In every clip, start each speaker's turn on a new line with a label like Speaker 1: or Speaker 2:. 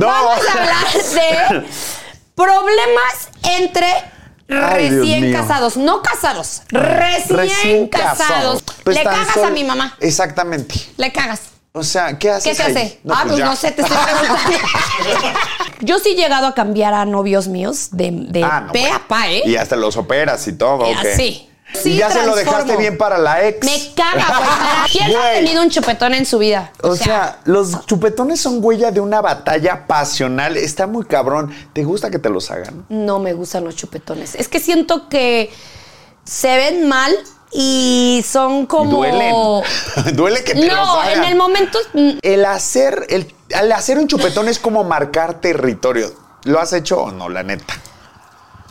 Speaker 1: Vamos a hablar de problemas entre
Speaker 2: Ay, Dios
Speaker 1: recién
Speaker 2: mío.
Speaker 1: casados. No casados, recién, casados.
Speaker 2: Pues
Speaker 1: Le
Speaker 2: tan
Speaker 1: cagas
Speaker 2: solo- eh,
Speaker 1: a mi mamá.
Speaker 2: Exactamente.
Speaker 1: Le cagas.
Speaker 2: O sea, ¿qué haces?
Speaker 1: ¿Qué se
Speaker 2: ahí?
Speaker 1: hace? ah,
Speaker 2: pues
Speaker 1: pues
Speaker 2: ya.
Speaker 1: no sé, te estoy preguntando. Yo sí he llegado a cambiar a novios míos de, de
Speaker 2: Ah, no,
Speaker 1: pe
Speaker 2: bueno.
Speaker 1: a pa, ¿eh?
Speaker 2: Y hasta los operas y todo,
Speaker 1: Eh,
Speaker 2: ¿ok?
Speaker 1: así. Sí
Speaker 2: Y ya se lo
Speaker 1: transformo.
Speaker 2: dejaste bien para la ex.
Speaker 1: Me caga, güey. Para- ¿Quién no ha
Speaker 2: Güey.
Speaker 1: tenido un chupetón en su vida?
Speaker 2: O sea, los chupetones son huella de una batalla pasional. Está muy cabrón. ¿Te gusta que te los hagan?
Speaker 1: no me gustan los chupetones. Es que siento que se ven mal y son como.
Speaker 2: Duelen. Duele que te los
Speaker 1: No,
Speaker 2: hagan.
Speaker 1: en el momento. mm,
Speaker 2: El hacer, el, al hacer un chupetón es como marcar territorio. ¿Lo has hecho o no, la neta?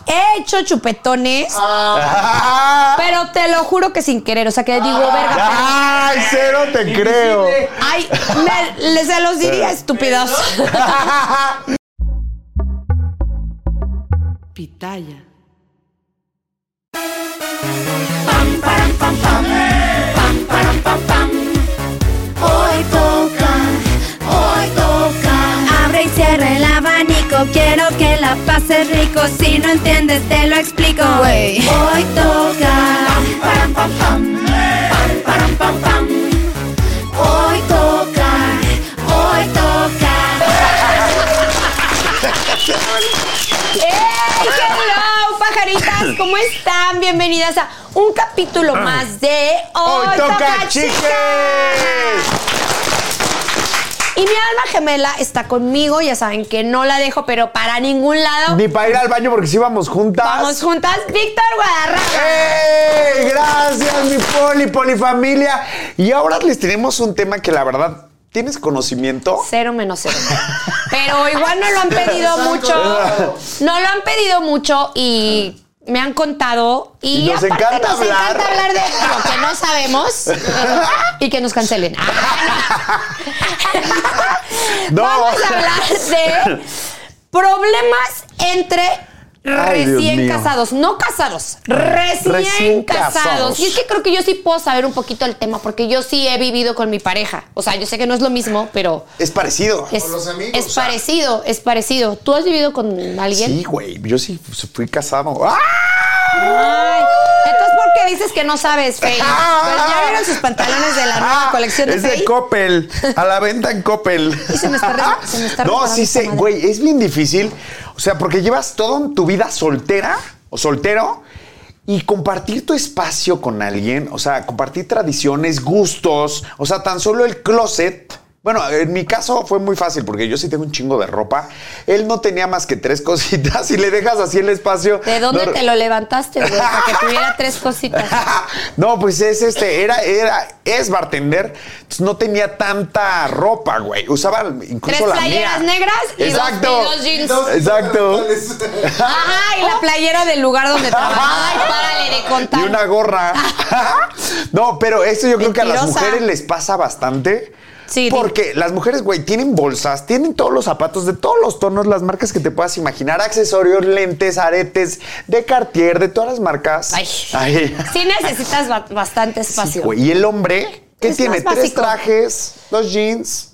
Speaker 1: He hecho chupetones,
Speaker 2: Ah.
Speaker 1: Ah. pero te lo juro que sin querer. O sea, que digo,
Speaker 2: Ah,
Speaker 1: verga.
Speaker 2: ¡Ay, cero te creo!
Speaker 1: Ay, me- les se los diría,
Speaker 2: Eh.
Speaker 1: estúpidos. ¡Eh,
Speaker 3: Pitaya.
Speaker 4: Hoy toca, hoy toca. Abre y cierra el abanico, quiero que la pases rico. Si no entiendes, te lo explico. Hoy toca. Hoy toca, hoy toca.
Speaker 1: ¡Hey, hello, pajaritas! ¿Cómo están? Bienvenidas a un capítulo
Speaker 2: Ah.
Speaker 1: más de Hoy, Toca Chicas. Y mi alma gemela está conmigo, ya saben que no la dejo, pero para ningún lado.
Speaker 2: Ni para ir al baño porque si vamos juntas.
Speaker 1: Vamos juntas, Víctor Guadarrama.
Speaker 2: ¡Ey! Gracias, mi poli, polifamilia. Y ahora les tenemos un tema que la verdad, ¿tienes conocimiento?
Speaker 1: Cero menos cero. Pero igual no lo han pedido mucho. No lo han pedido mucho y me han contado. Y,
Speaker 2: Y nos
Speaker 1: aparte
Speaker 2: encanta
Speaker 1: nos
Speaker 2: hablar.
Speaker 1: encanta hablar de lo que no sabemos y que nos cancelen.
Speaker 2: Oh. No.
Speaker 1: Vamos a hablar de problemas entre
Speaker 2: Ay, Dios
Speaker 1: recién
Speaker 2: mío.
Speaker 1: casados. No casados, recién,
Speaker 2: Recién
Speaker 1: casados.
Speaker 2: casados.
Speaker 1: Y es que creo que yo sí puedo saber un poquito el tema porque yo sí he vivido con mi pareja. O sea, yo sé que no es lo mismo, pero...
Speaker 2: Es parecido.
Speaker 1: Es, es parecido, es parecido. ¿Tú has vivido con alguien?
Speaker 2: Sí, güey. Yo sí fui casado. ¡Ah!
Speaker 1: Ay, entonces, ¿por qué dices que no sabes, Fey? Pues ya vieron sus pantalones de la nueva
Speaker 2: Ah,
Speaker 1: colección de
Speaker 2: Es de
Speaker 1: Fey.
Speaker 2: Coppel. A la venta en Coppel.
Speaker 1: Y se me está re- se me está
Speaker 2: No,
Speaker 1: reparando
Speaker 2: sí
Speaker 1: esta
Speaker 2: sé,
Speaker 1: madre.
Speaker 2: güey, es bien difícil. O sea, porque llevas toda tu vida soltera o soltero y compartir tu espacio con alguien, o sea, compartir tradiciones, gustos, o sea, tan solo el closet. Bueno, en mi caso fue muy fácil porque yo sí tengo un chingo de ropa. Él no tenía más que tres cositas y le dejas así el espacio.
Speaker 1: ¿De dónde
Speaker 2: No-
Speaker 1: te lo levantaste, güey? Para que tuviera tres cositas.
Speaker 2: no, pues es este, era, era, es bartender, entonces no tenía tanta ropa, güey. Usaba incluso
Speaker 1: Tres
Speaker 2: la
Speaker 1: playeras
Speaker 2: mía.
Speaker 1: negras y dos-
Speaker 2: Exacto.
Speaker 1: y dos jeans.
Speaker 2: Exacto.
Speaker 1: Ajá, y la playera del lugar donde trabajaba. Ay, párale de contar.
Speaker 2: Y una gorra. no, pero eso yo creo que a las
Speaker 1: Mentirosa.
Speaker 2: mujeres les pasa bastante.
Speaker 1: Sí,
Speaker 2: Porque las mujeres, güey, tienen bolsas, tienen todos los zapatos de todos los tonos, las marcas que te puedas imaginar, accesorios, lentes, aretes, de Cartier, de todas las marcas.
Speaker 1: Ay.
Speaker 2: Ay.
Speaker 1: Sí necesitas ba- bastante
Speaker 2: Sí,
Speaker 1: espacio.
Speaker 2: güey. Y el hombre, ¿qué
Speaker 1: Es
Speaker 2: tiene?
Speaker 1: más
Speaker 2: Tres
Speaker 1: básico.
Speaker 2: trajes, dos jeans,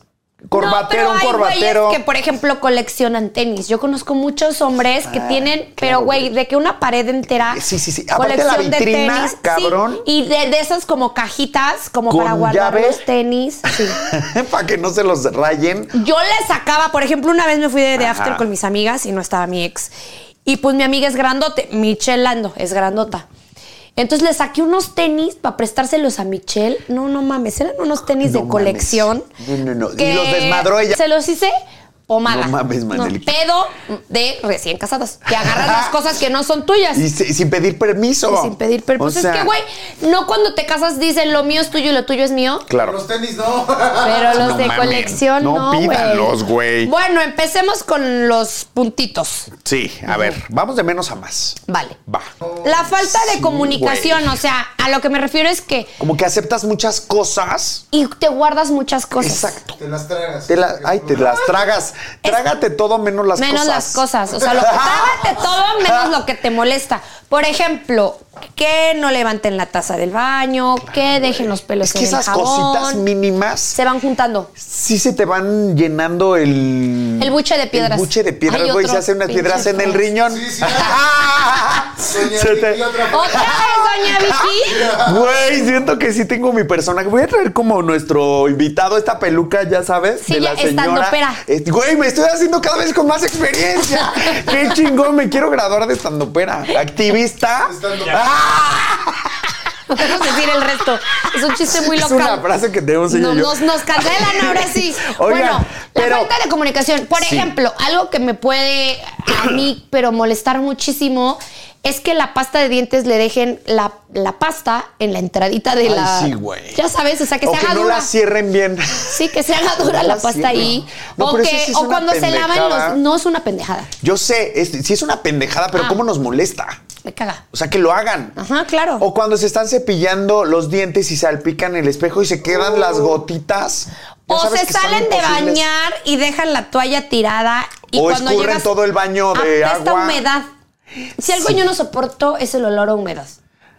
Speaker 2: Corbatero,
Speaker 1: no,
Speaker 2: un
Speaker 1: pero hay
Speaker 2: corbatero.
Speaker 1: güeyes que, por ejemplo, coleccionan tenis. Yo conozco muchos hombres que tienen, pero güey, de que una pared entera.
Speaker 2: Ah, Sí, sí, sí. Aparte la vitrina,
Speaker 1: sí,
Speaker 2: cabrón.
Speaker 1: y de, de esas como cajitas, como
Speaker 2: Con
Speaker 1: para guardar
Speaker 2: llave.
Speaker 1: los tenis. Sí.
Speaker 2: Para que no se los rayen.
Speaker 1: Yo le sacaba, por ejemplo, una vez me fui de, de
Speaker 2: Ajá.
Speaker 1: after con mis amigas y no estaba mi ex. Y pues mi amiga es grandote, Michelle Lando, es grandota. Entonces le saqué unos tenis para prestárselos a Michelle. No, no mames, eran unos tenis
Speaker 2: No
Speaker 1: de
Speaker 2: mames.
Speaker 1: colección.
Speaker 2: No, no, no. Y
Speaker 1: que
Speaker 2: los desmadró ella.
Speaker 1: Se los hice pomada.
Speaker 2: No mames, Manelik.
Speaker 1: pedo de recién casados. Que agarras las cosas que no son tuyas.
Speaker 2: Y si- sin pedir permiso.
Speaker 1: sin pedir permiso.
Speaker 2: O sea,
Speaker 1: es que, güey, no cuando te casas dicen lo mío es tuyo y lo tuyo es mío.
Speaker 2: Claro.
Speaker 3: Los tenis no.
Speaker 1: Pero los
Speaker 2: Ah, No
Speaker 1: de
Speaker 2: mames,
Speaker 1: colección
Speaker 2: no
Speaker 1: no.
Speaker 2: pídanlos, güey.
Speaker 1: Bueno, empecemos con los puntitos.
Speaker 2: Sí, a ver, vamos de menos a más.
Speaker 1: Vale.
Speaker 2: Va.
Speaker 1: La falta de
Speaker 2: Sí,
Speaker 1: comunicación,
Speaker 2: güey.
Speaker 1: o sea, a lo que me refiero es que
Speaker 2: Como que aceptas muchas cosas.
Speaker 1: y te guardas muchas cosas.
Speaker 2: Exacto.
Speaker 3: Te las tragas.
Speaker 2: Te la- ay, te las tragas. Trágate todo menos las
Speaker 1: menos
Speaker 2: cosas.
Speaker 1: las cosas. O sea, lo que trágate todo menos lo que te molesta. Por ejemplo, que no levanten la taza del baño, que dejen los pelos
Speaker 2: Es que
Speaker 1: en el
Speaker 2: esas
Speaker 1: jabón.
Speaker 2: cositas mínimas
Speaker 1: se van juntando.
Speaker 2: sí se te van llenando el.
Speaker 1: El buche de piedras.
Speaker 2: El buche de piedras,
Speaker 1: Hay
Speaker 2: güey. Se
Speaker 1: otros
Speaker 2: hacen unas
Speaker 1: pinches
Speaker 2: piedras en el
Speaker 1: problemas.
Speaker 2: riñón.
Speaker 3: Sí, sí. Doña
Speaker 2: Se
Speaker 3: Vicky,
Speaker 2: te-
Speaker 3: otra vez.
Speaker 1: Otra vez, doña Vicky.
Speaker 2: Güey, siento que sí tengo mi personaje. Voy a traer como nuestro invitado esta peluca, ya sabes,
Speaker 1: Sí,
Speaker 2: de la
Speaker 1: ya,
Speaker 2: señora.
Speaker 1: estandopera.
Speaker 2: Eh, Güey, me estoy haciendo cada vez con más experiencia. Qué chingón, me quiero graduar de estandopera. Activista.
Speaker 3: Estandopera.
Speaker 2: ¡Ah!
Speaker 1: Podemos decir el resto. Es un chiste muy
Speaker 2: Es
Speaker 1: local.
Speaker 2: una frase que tenemos ella
Speaker 1: No,
Speaker 2: y yo.
Speaker 1: nos, nos cancelan ahora sí.
Speaker 2: Oigan,
Speaker 1: bueno,
Speaker 2: pero-
Speaker 1: la falta de comunicación. Por
Speaker 2: Sí.
Speaker 1: ejemplo, algo que me puede a mí, pero molestar muchísimo, es que la pasta de dientes le dejen la, la pasta en la entradita de
Speaker 2: Ay,
Speaker 1: la.
Speaker 2: sí, güey.
Speaker 1: Ya sabes, o sea, que
Speaker 2: o
Speaker 1: se
Speaker 2: que
Speaker 1: haga
Speaker 2: no
Speaker 1: dura.
Speaker 2: la cierren bien.
Speaker 1: Sí, que se haga dura
Speaker 2: No
Speaker 1: la
Speaker 2: la
Speaker 1: pasta ahí.
Speaker 2: cierren. No,
Speaker 1: o
Speaker 2: pero eso
Speaker 1: que,
Speaker 2: sí es
Speaker 1: o
Speaker 2: una
Speaker 1: cuando se lavan
Speaker 2: pendejada.
Speaker 1: los. No es una pendejada.
Speaker 2: Yo sé, es- sí es una pendejada, pero
Speaker 1: Ah.
Speaker 2: ¿cómo nos molesta?
Speaker 1: Me caga.
Speaker 2: O sea, que lo hagan.
Speaker 1: Ajá, claro.
Speaker 2: O cuando se están cepillando los dientes y salpican el espejo y se quedan las gotitas. Ya
Speaker 1: Oh. O
Speaker 2: sabes
Speaker 1: se
Speaker 2: que son
Speaker 1: salen de
Speaker 2: imposibles.
Speaker 1: bañar y dejan la toalla tirada y
Speaker 2: O
Speaker 1: cuando
Speaker 2: escurren
Speaker 1: llegas
Speaker 2: todo el baño de
Speaker 1: apesta
Speaker 2: agua.
Speaker 1: humedad. Si algo
Speaker 2: Sí.
Speaker 1: yo no soporto es el olor a humedad.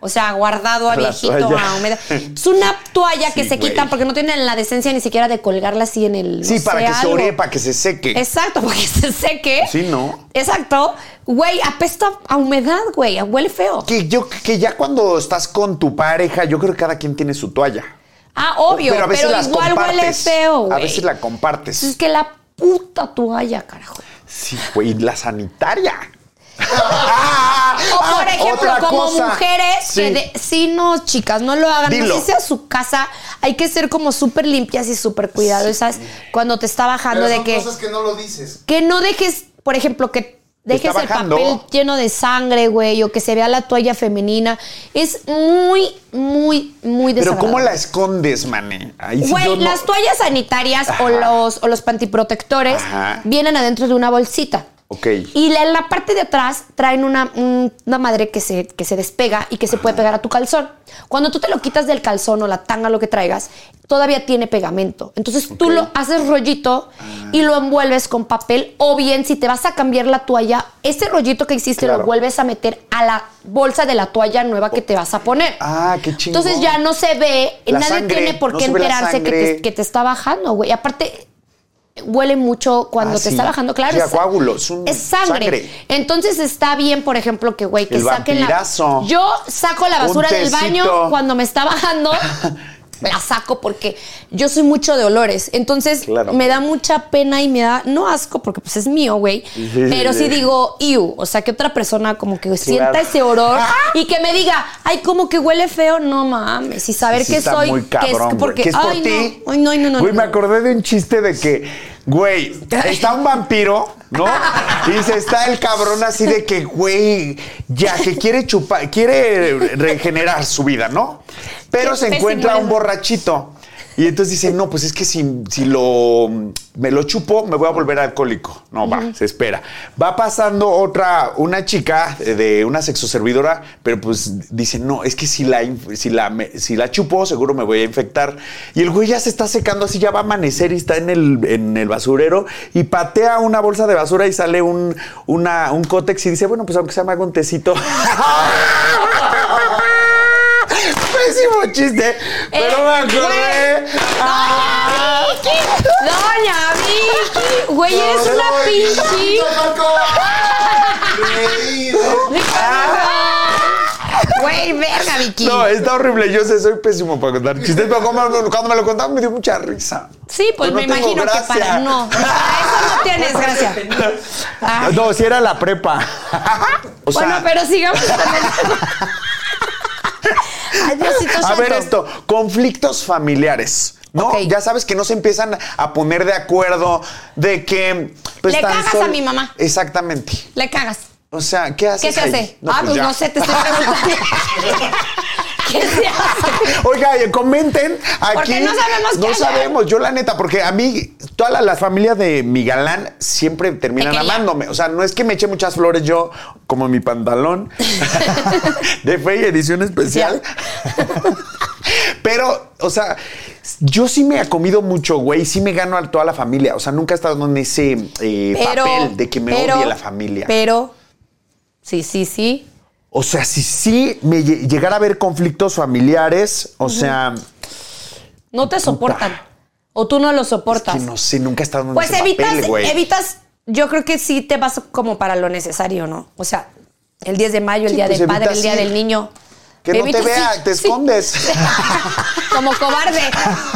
Speaker 1: O sea, guardado a
Speaker 2: La
Speaker 1: viejito,
Speaker 2: toalla.
Speaker 1: a humedad. Es una toalla que
Speaker 2: Sí,
Speaker 1: se
Speaker 2: güey.
Speaker 1: quitan porque no tienen la decencia ni siquiera de colgarla así en el. no
Speaker 2: Sí, para
Speaker 1: sé,
Speaker 2: que se
Speaker 1: algo.
Speaker 2: ore, para que se seque.
Speaker 1: Exacto, porque se seque.
Speaker 2: Sí, ¿no?
Speaker 1: Exacto. Güey, apesta a humedad, güey. Huele feo.
Speaker 2: Que yo que ya cuando estás con tu pareja, yo creo que cada quien tiene su toalla.
Speaker 1: Ah,
Speaker 2: Oh,
Speaker 1: obvio, pero, igual huele
Speaker 2: compartes.
Speaker 1: feo,
Speaker 2: A
Speaker 1: güey.
Speaker 2: veces la
Speaker 1: Es
Speaker 2: compartes.
Speaker 1: que la puta toalla, carajo.
Speaker 2: Sí, güey, y la sanitaria. Ah,
Speaker 1: O por ejemplo,
Speaker 2: otra
Speaker 1: como
Speaker 2: cosa.
Speaker 1: mujeres,
Speaker 2: Sí.
Speaker 1: que de- sí, no, chicas, no lo hagan.
Speaker 2: Dilo.
Speaker 1: No sé si a su casa hay que ser como súper limpias y súper cuidadosas cuando te está bajando
Speaker 3: Pero
Speaker 1: de
Speaker 3: son
Speaker 1: que,
Speaker 3: cosas que no lo dices.
Speaker 1: que no dejes, por ejemplo, que dejes
Speaker 2: está
Speaker 1: el
Speaker 2: bajando.
Speaker 1: papel lleno de sangre, güey, o que se vea la toalla femenina. Es muy, muy, muy
Speaker 2: Pero ¿cómo
Speaker 1: desagradable.
Speaker 2: la escondes, mané? Ahí sí
Speaker 1: Güey,
Speaker 2: yo no-
Speaker 1: las toallas sanitarias o
Speaker 2: Ajá.
Speaker 1: los, o los pantiprotectores
Speaker 2: Ajá.
Speaker 1: vienen adentro de una bolsita.
Speaker 2: Ok.
Speaker 1: Y la- en la parte de atrás traen una, un- una madre que se, que se despega y que se puede pegar a tu calzón. Cuando tú te lo quitas del calzón o la tanga, lo que traigas, todavía tiene pegamento. Entonces tú
Speaker 2: Ok. Ah.
Speaker 1: lo haces rollito y lo envuelves con papel. O bien, si te vas a cambiar la toalla, ese rollito que hiciste
Speaker 2: Claro.
Speaker 1: lo vuelves a meter a la bolsa de la toalla nueva que te vas a poner.
Speaker 2: Ah, qué chingón.
Speaker 1: Entonces ya no se ve,
Speaker 2: La
Speaker 1: nadie
Speaker 2: sangre,
Speaker 1: tiene por
Speaker 2: no
Speaker 1: qué
Speaker 2: se ve la
Speaker 1: enterarse que
Speaker 2: sangre.
Speaker 1: te, que te está bajando, güey. Y Aparte, huele mucho
Speaker 2: Ah,
Speaker 1: cuando te
Speaker 2: sí.
Speaker 1: está bajando, claro.
Speaker 2: Sí, a
Speaker 1: es-
Speaker 2: coágulos, un-
Speaker 1: es sangre.
Speaker 2: sangre.
Speaker 1: Entonces está bien, por ejemplo, que, güey, que
Speaker 2: El
Speaker 1: saquen la.
Speaker 2: vampirazo.
Speaker 1: Yo saco la
Speaker 2: Un
Speaker 1: basura del
Speaker 2: tecito.
Speaker 1: baño cuando me está bajando. La saco porque yo soy mucho de olores. Entonces
Speaker 2: Claro.
Speaker 1: me da mucha pena y me da, no asco, porque pues es mío, güey.
Speaker 2: Sí, sí,
Speaker 1: pero
Speaker 2: sí.
Speaker 1: sí digo, iu. O sea, que otra persona como que sienta
Speaker 2: Claro. Ah.
Speaker 1: ese olor y que me diga, ay, como que huele feo. No mames. Y saber
Speaker 2: Sí
Speaker 1: que
Speaker 2: está
Speaker 1: soy.
Speaker 2: muy
Speaker 1: que es
Speaker 2: cabrón, güey,
Speaker 1: porque,
Speaker 2: que es por
Speaker 1: ay,
Speaker 2: ti.
Speaker 1: no, ay, no, ay, no, no.
Speaker 2: Güey,
Speaker 1: no,
Speaker 2: me
Speaker 1: no.
Speaker 2: acordé de un chiste de que, güey, está un vampiro, ¿no? Y se está el cabrón así de que, güey, ya que quiere chupar, quiere regenerar su vida, ¿no? Pero
Speaker 1: Qué
Speaker 2: se
Speaker 1: pésimo
Speaker 2: encuentra un
Speaker 1: es.
Speaker 2: borrachito. Y entonces dice, no, pues es que si, si lo, me lo chupo, me voy a volver alcohólico. No, va, se espera. Va pasando otra, una chica eh, de una sexoservidora, pero pues dice, no, es que si la, inf- si la, me- si la chupo, seguro me voy a infectar. Y el güey ya se está secando así, ya va a amanecer y está en el, en el basurero y patea una bolsa de basura y sale un, una, un cótex y dice, bueno, pues aunque sea me hago un tecito. Pésimo chiste, pero me
Speaker 1: güey.
Speaker 2: acordé.
Speaker 1: Doña
Speaker 2: Ah,
Speaker 1: Vicky! ¡Doña Vicky! Güey, eres una pinche. Güey, verga, Vicky.
Speaker 2: No, está horrible. Yo sé, soy pésimo para contar chistes, pero como- cuando me lo contaban me dio mucha risa.
Speaker 1: Sí, pues
Speaker 2: No
Speaker 1: me
Speaker 2: tengo
Speaker 1: imagino que
Speaker 2: gracia.
Speaker 1: para no. Para eso no tienes gracia. Ay.
Speaker 2: No, si era la prepa. O sea,
Speaker 1: bueno, pero sigamos con el. Ay, Diosito
Speaker 2: a
Speaker 1: santo.
Speaker 2: ver esto, conflictos familiares. ¿No?
Speaker 1: Ok.
Speaker 2: Ya sabes que no se empiezan a poner de acuerdo de que. pues,
Speaker 1: Le
Speaker 2: tan
Speaker 1: cagas
Speaker 2: solo-
Speaker 1: a mi mamá.
Speaker 2: Exactamente.
Speaker 1: Le cagas.
Speaker 2: O sea, ¿qué haces?
Speaker 1: ¿Qué se
Speaker 2: ahí?
Speaker 1: hace? ah, pues
Speaker 2: ya.
Speaker 1: no sé, te estoy preguntando. ¿Qué se hace?
Speaker 2: Oiga, eh, comenten aquí.
Speaker 1: Porque no sabemos qué
Speaker 2: No
Speaker 1: haya.
Speaker 2: sabemos, yo la neta, porque a mí, toda la, la familia de mi galán siempre terminan
Speaker 1: Te quería.
Speaker 2: amándome. O sea, no es que me eche muchas flores yo, como mi pantalón de Fey Edición Especial. Pero, o sea, yo sí me ha comido mucho, güey. Sí me gano a toda la familia. O sea, nunca he estado en ese eh, papel de que me
Speaker 1: pero-
Speaker 2: odie la familia.
Speaker 1: Pero, sí, sí, sí.
Speaker 2: O sea, si sí me lle- llegara a haber conflictos familiares, o sea,
Speaker 1: No te soportan. O tú no lo soportas.
Speaker 2: que no sé, nunca he estado en
Speaker 1: Pues
Speaker 2: ese
Speaker 1: evitas,
Speaker 2: papel, güey.
Speaker 1: evitas, yo creo que sí te vas como para lo necesario, ¿no? O sea, el 10 de mayo, el
Speaker 2: Sí,
Speaker 1: día
Speaker 2: pues
Speaker 1: del padre,
Speaker 2: evitas
Speaker 1: el día
Speaker 2: ir.
Speaker 1: del niño.
Speaker 2: Que no te
Speaker 1: Evitas-
Speaker 2: vea,
Speaker 1: sí,
Speaker 2: te
Speaker 1: sí.
Speaker 2: escondes.
Speaker 1: como cobarde.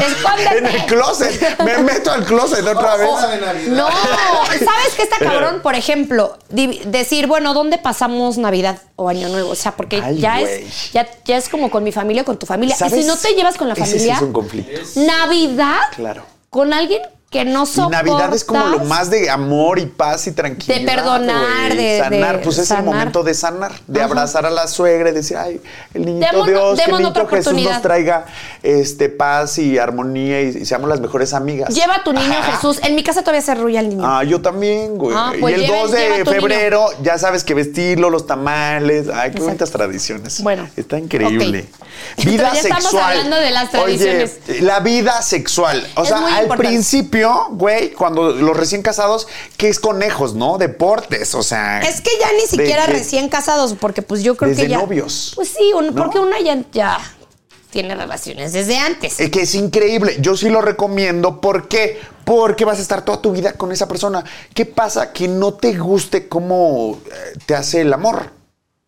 Speaker 1: Escóndete.
Speaker 2: en el closet. Me meto al closet otra vez.
Speaker 3: Ojo. de Navidad.
Speaker 1: No, ¿sabes qué está cabrón? Por ejemplo, di- decir, bueno, ¿dónde pasamos Navidad o Año Nuevo? O sea, porque
Speaker 2: Ay,
Speaker 1: ya
Speaker 2: güey.
Speaker 1: es ya, ya es como con mi familia o con tu familia. Y si
Speaker 2: ¿Sabes?
Speaker 1: no te llevas con la
Speaker 2: Ese sí
Speaker 1: familia,
Speaker 2: es un conflicto.
Speaker 1: Navidad
Speaker 2: Claro.
Speaker 1: con alguien que no
Speaker 2: Y
Speaker 1: soportas.
Speaker 2: Navidad es como lo más de amor y paz y tranquilidad.
Speaker 1: De perdonar,
Speaker 2: güey.
Speaker 1: de-
Speaker 2: sanar.
Speaker 1: de
Speaker 2: pues es
Speaker 1: sanar.
Speaker 2: el momento de sanar, de
Speaker 1: Ajá.
Speaker 2: abrazar a la suegra y decir, ay, el niñito
Speaker 1: Démonos-
Speaker 2: Dios, que el
Speaker 1: démonos
Speaker 2: niñito
Speaker 1: otra
Speaker 2: Jesús
Speaker 1: oportunidad.
Speaker 2: nos traiga este, paz y armonía y, y seamos las mejores amigas.
Speaker 1: Lleva a tu niño Jesús. En mi casa todavía se arrulla el niño.
Speaker 2: Ah, yo también, güey.
Speaker 1: Ah, pues
Speaker 2: y el
Speaker 1: lleva-
Speaker 2: 2
Speaker 1: lleva a
Speaker 2: de
Speaker 1: tu
Speaker 2: febrero, ya sabes que vestirlo, los tamales. Ay, qué bonitas tradiciones.
Speaker 1: Bueno,
Speaker 2: Está increíble.
Speaker 1: ok.
Speaker 2: Vida
Speaker 1: Pero ya
Speaker 2: sexual.
Speaker 1: estamos hablando de las
Speaker 2: Oye,
Speaker 1: tradiciones.
Speaker 2: la vida sexual. O
Speaker 1: Es
Speaker 2: sea,
Speaker 1: muy
Speaker 2: al
Speaker 1: importante.
Speaker 2: principio, güey, cuando los recién casados, que es conejos, ¿no? Deportes, o sea.
Speaker 1: Es que ya ni
Speaker 2: de-
Speaker 1: siquiera
Speaker 2: de-
Speaker 1: recién casados, porque pues yo creo
Speaker 2: Desde
Speaker 1: que ya.
Speaker 2: novios,
Speaker 1: Pues sí,
Speaker 2: ¿no?
Speaker 1: un- porque una ya, ya tiene relaciones desde antes.
Speaker 2: Es que es increíble. Yo sí lo recomiendo. ¿Por qué? Porque vas a estar toda tu vida con esa persona. ¿Qué pasa? Que no te guste cómo eh, te hace el amor.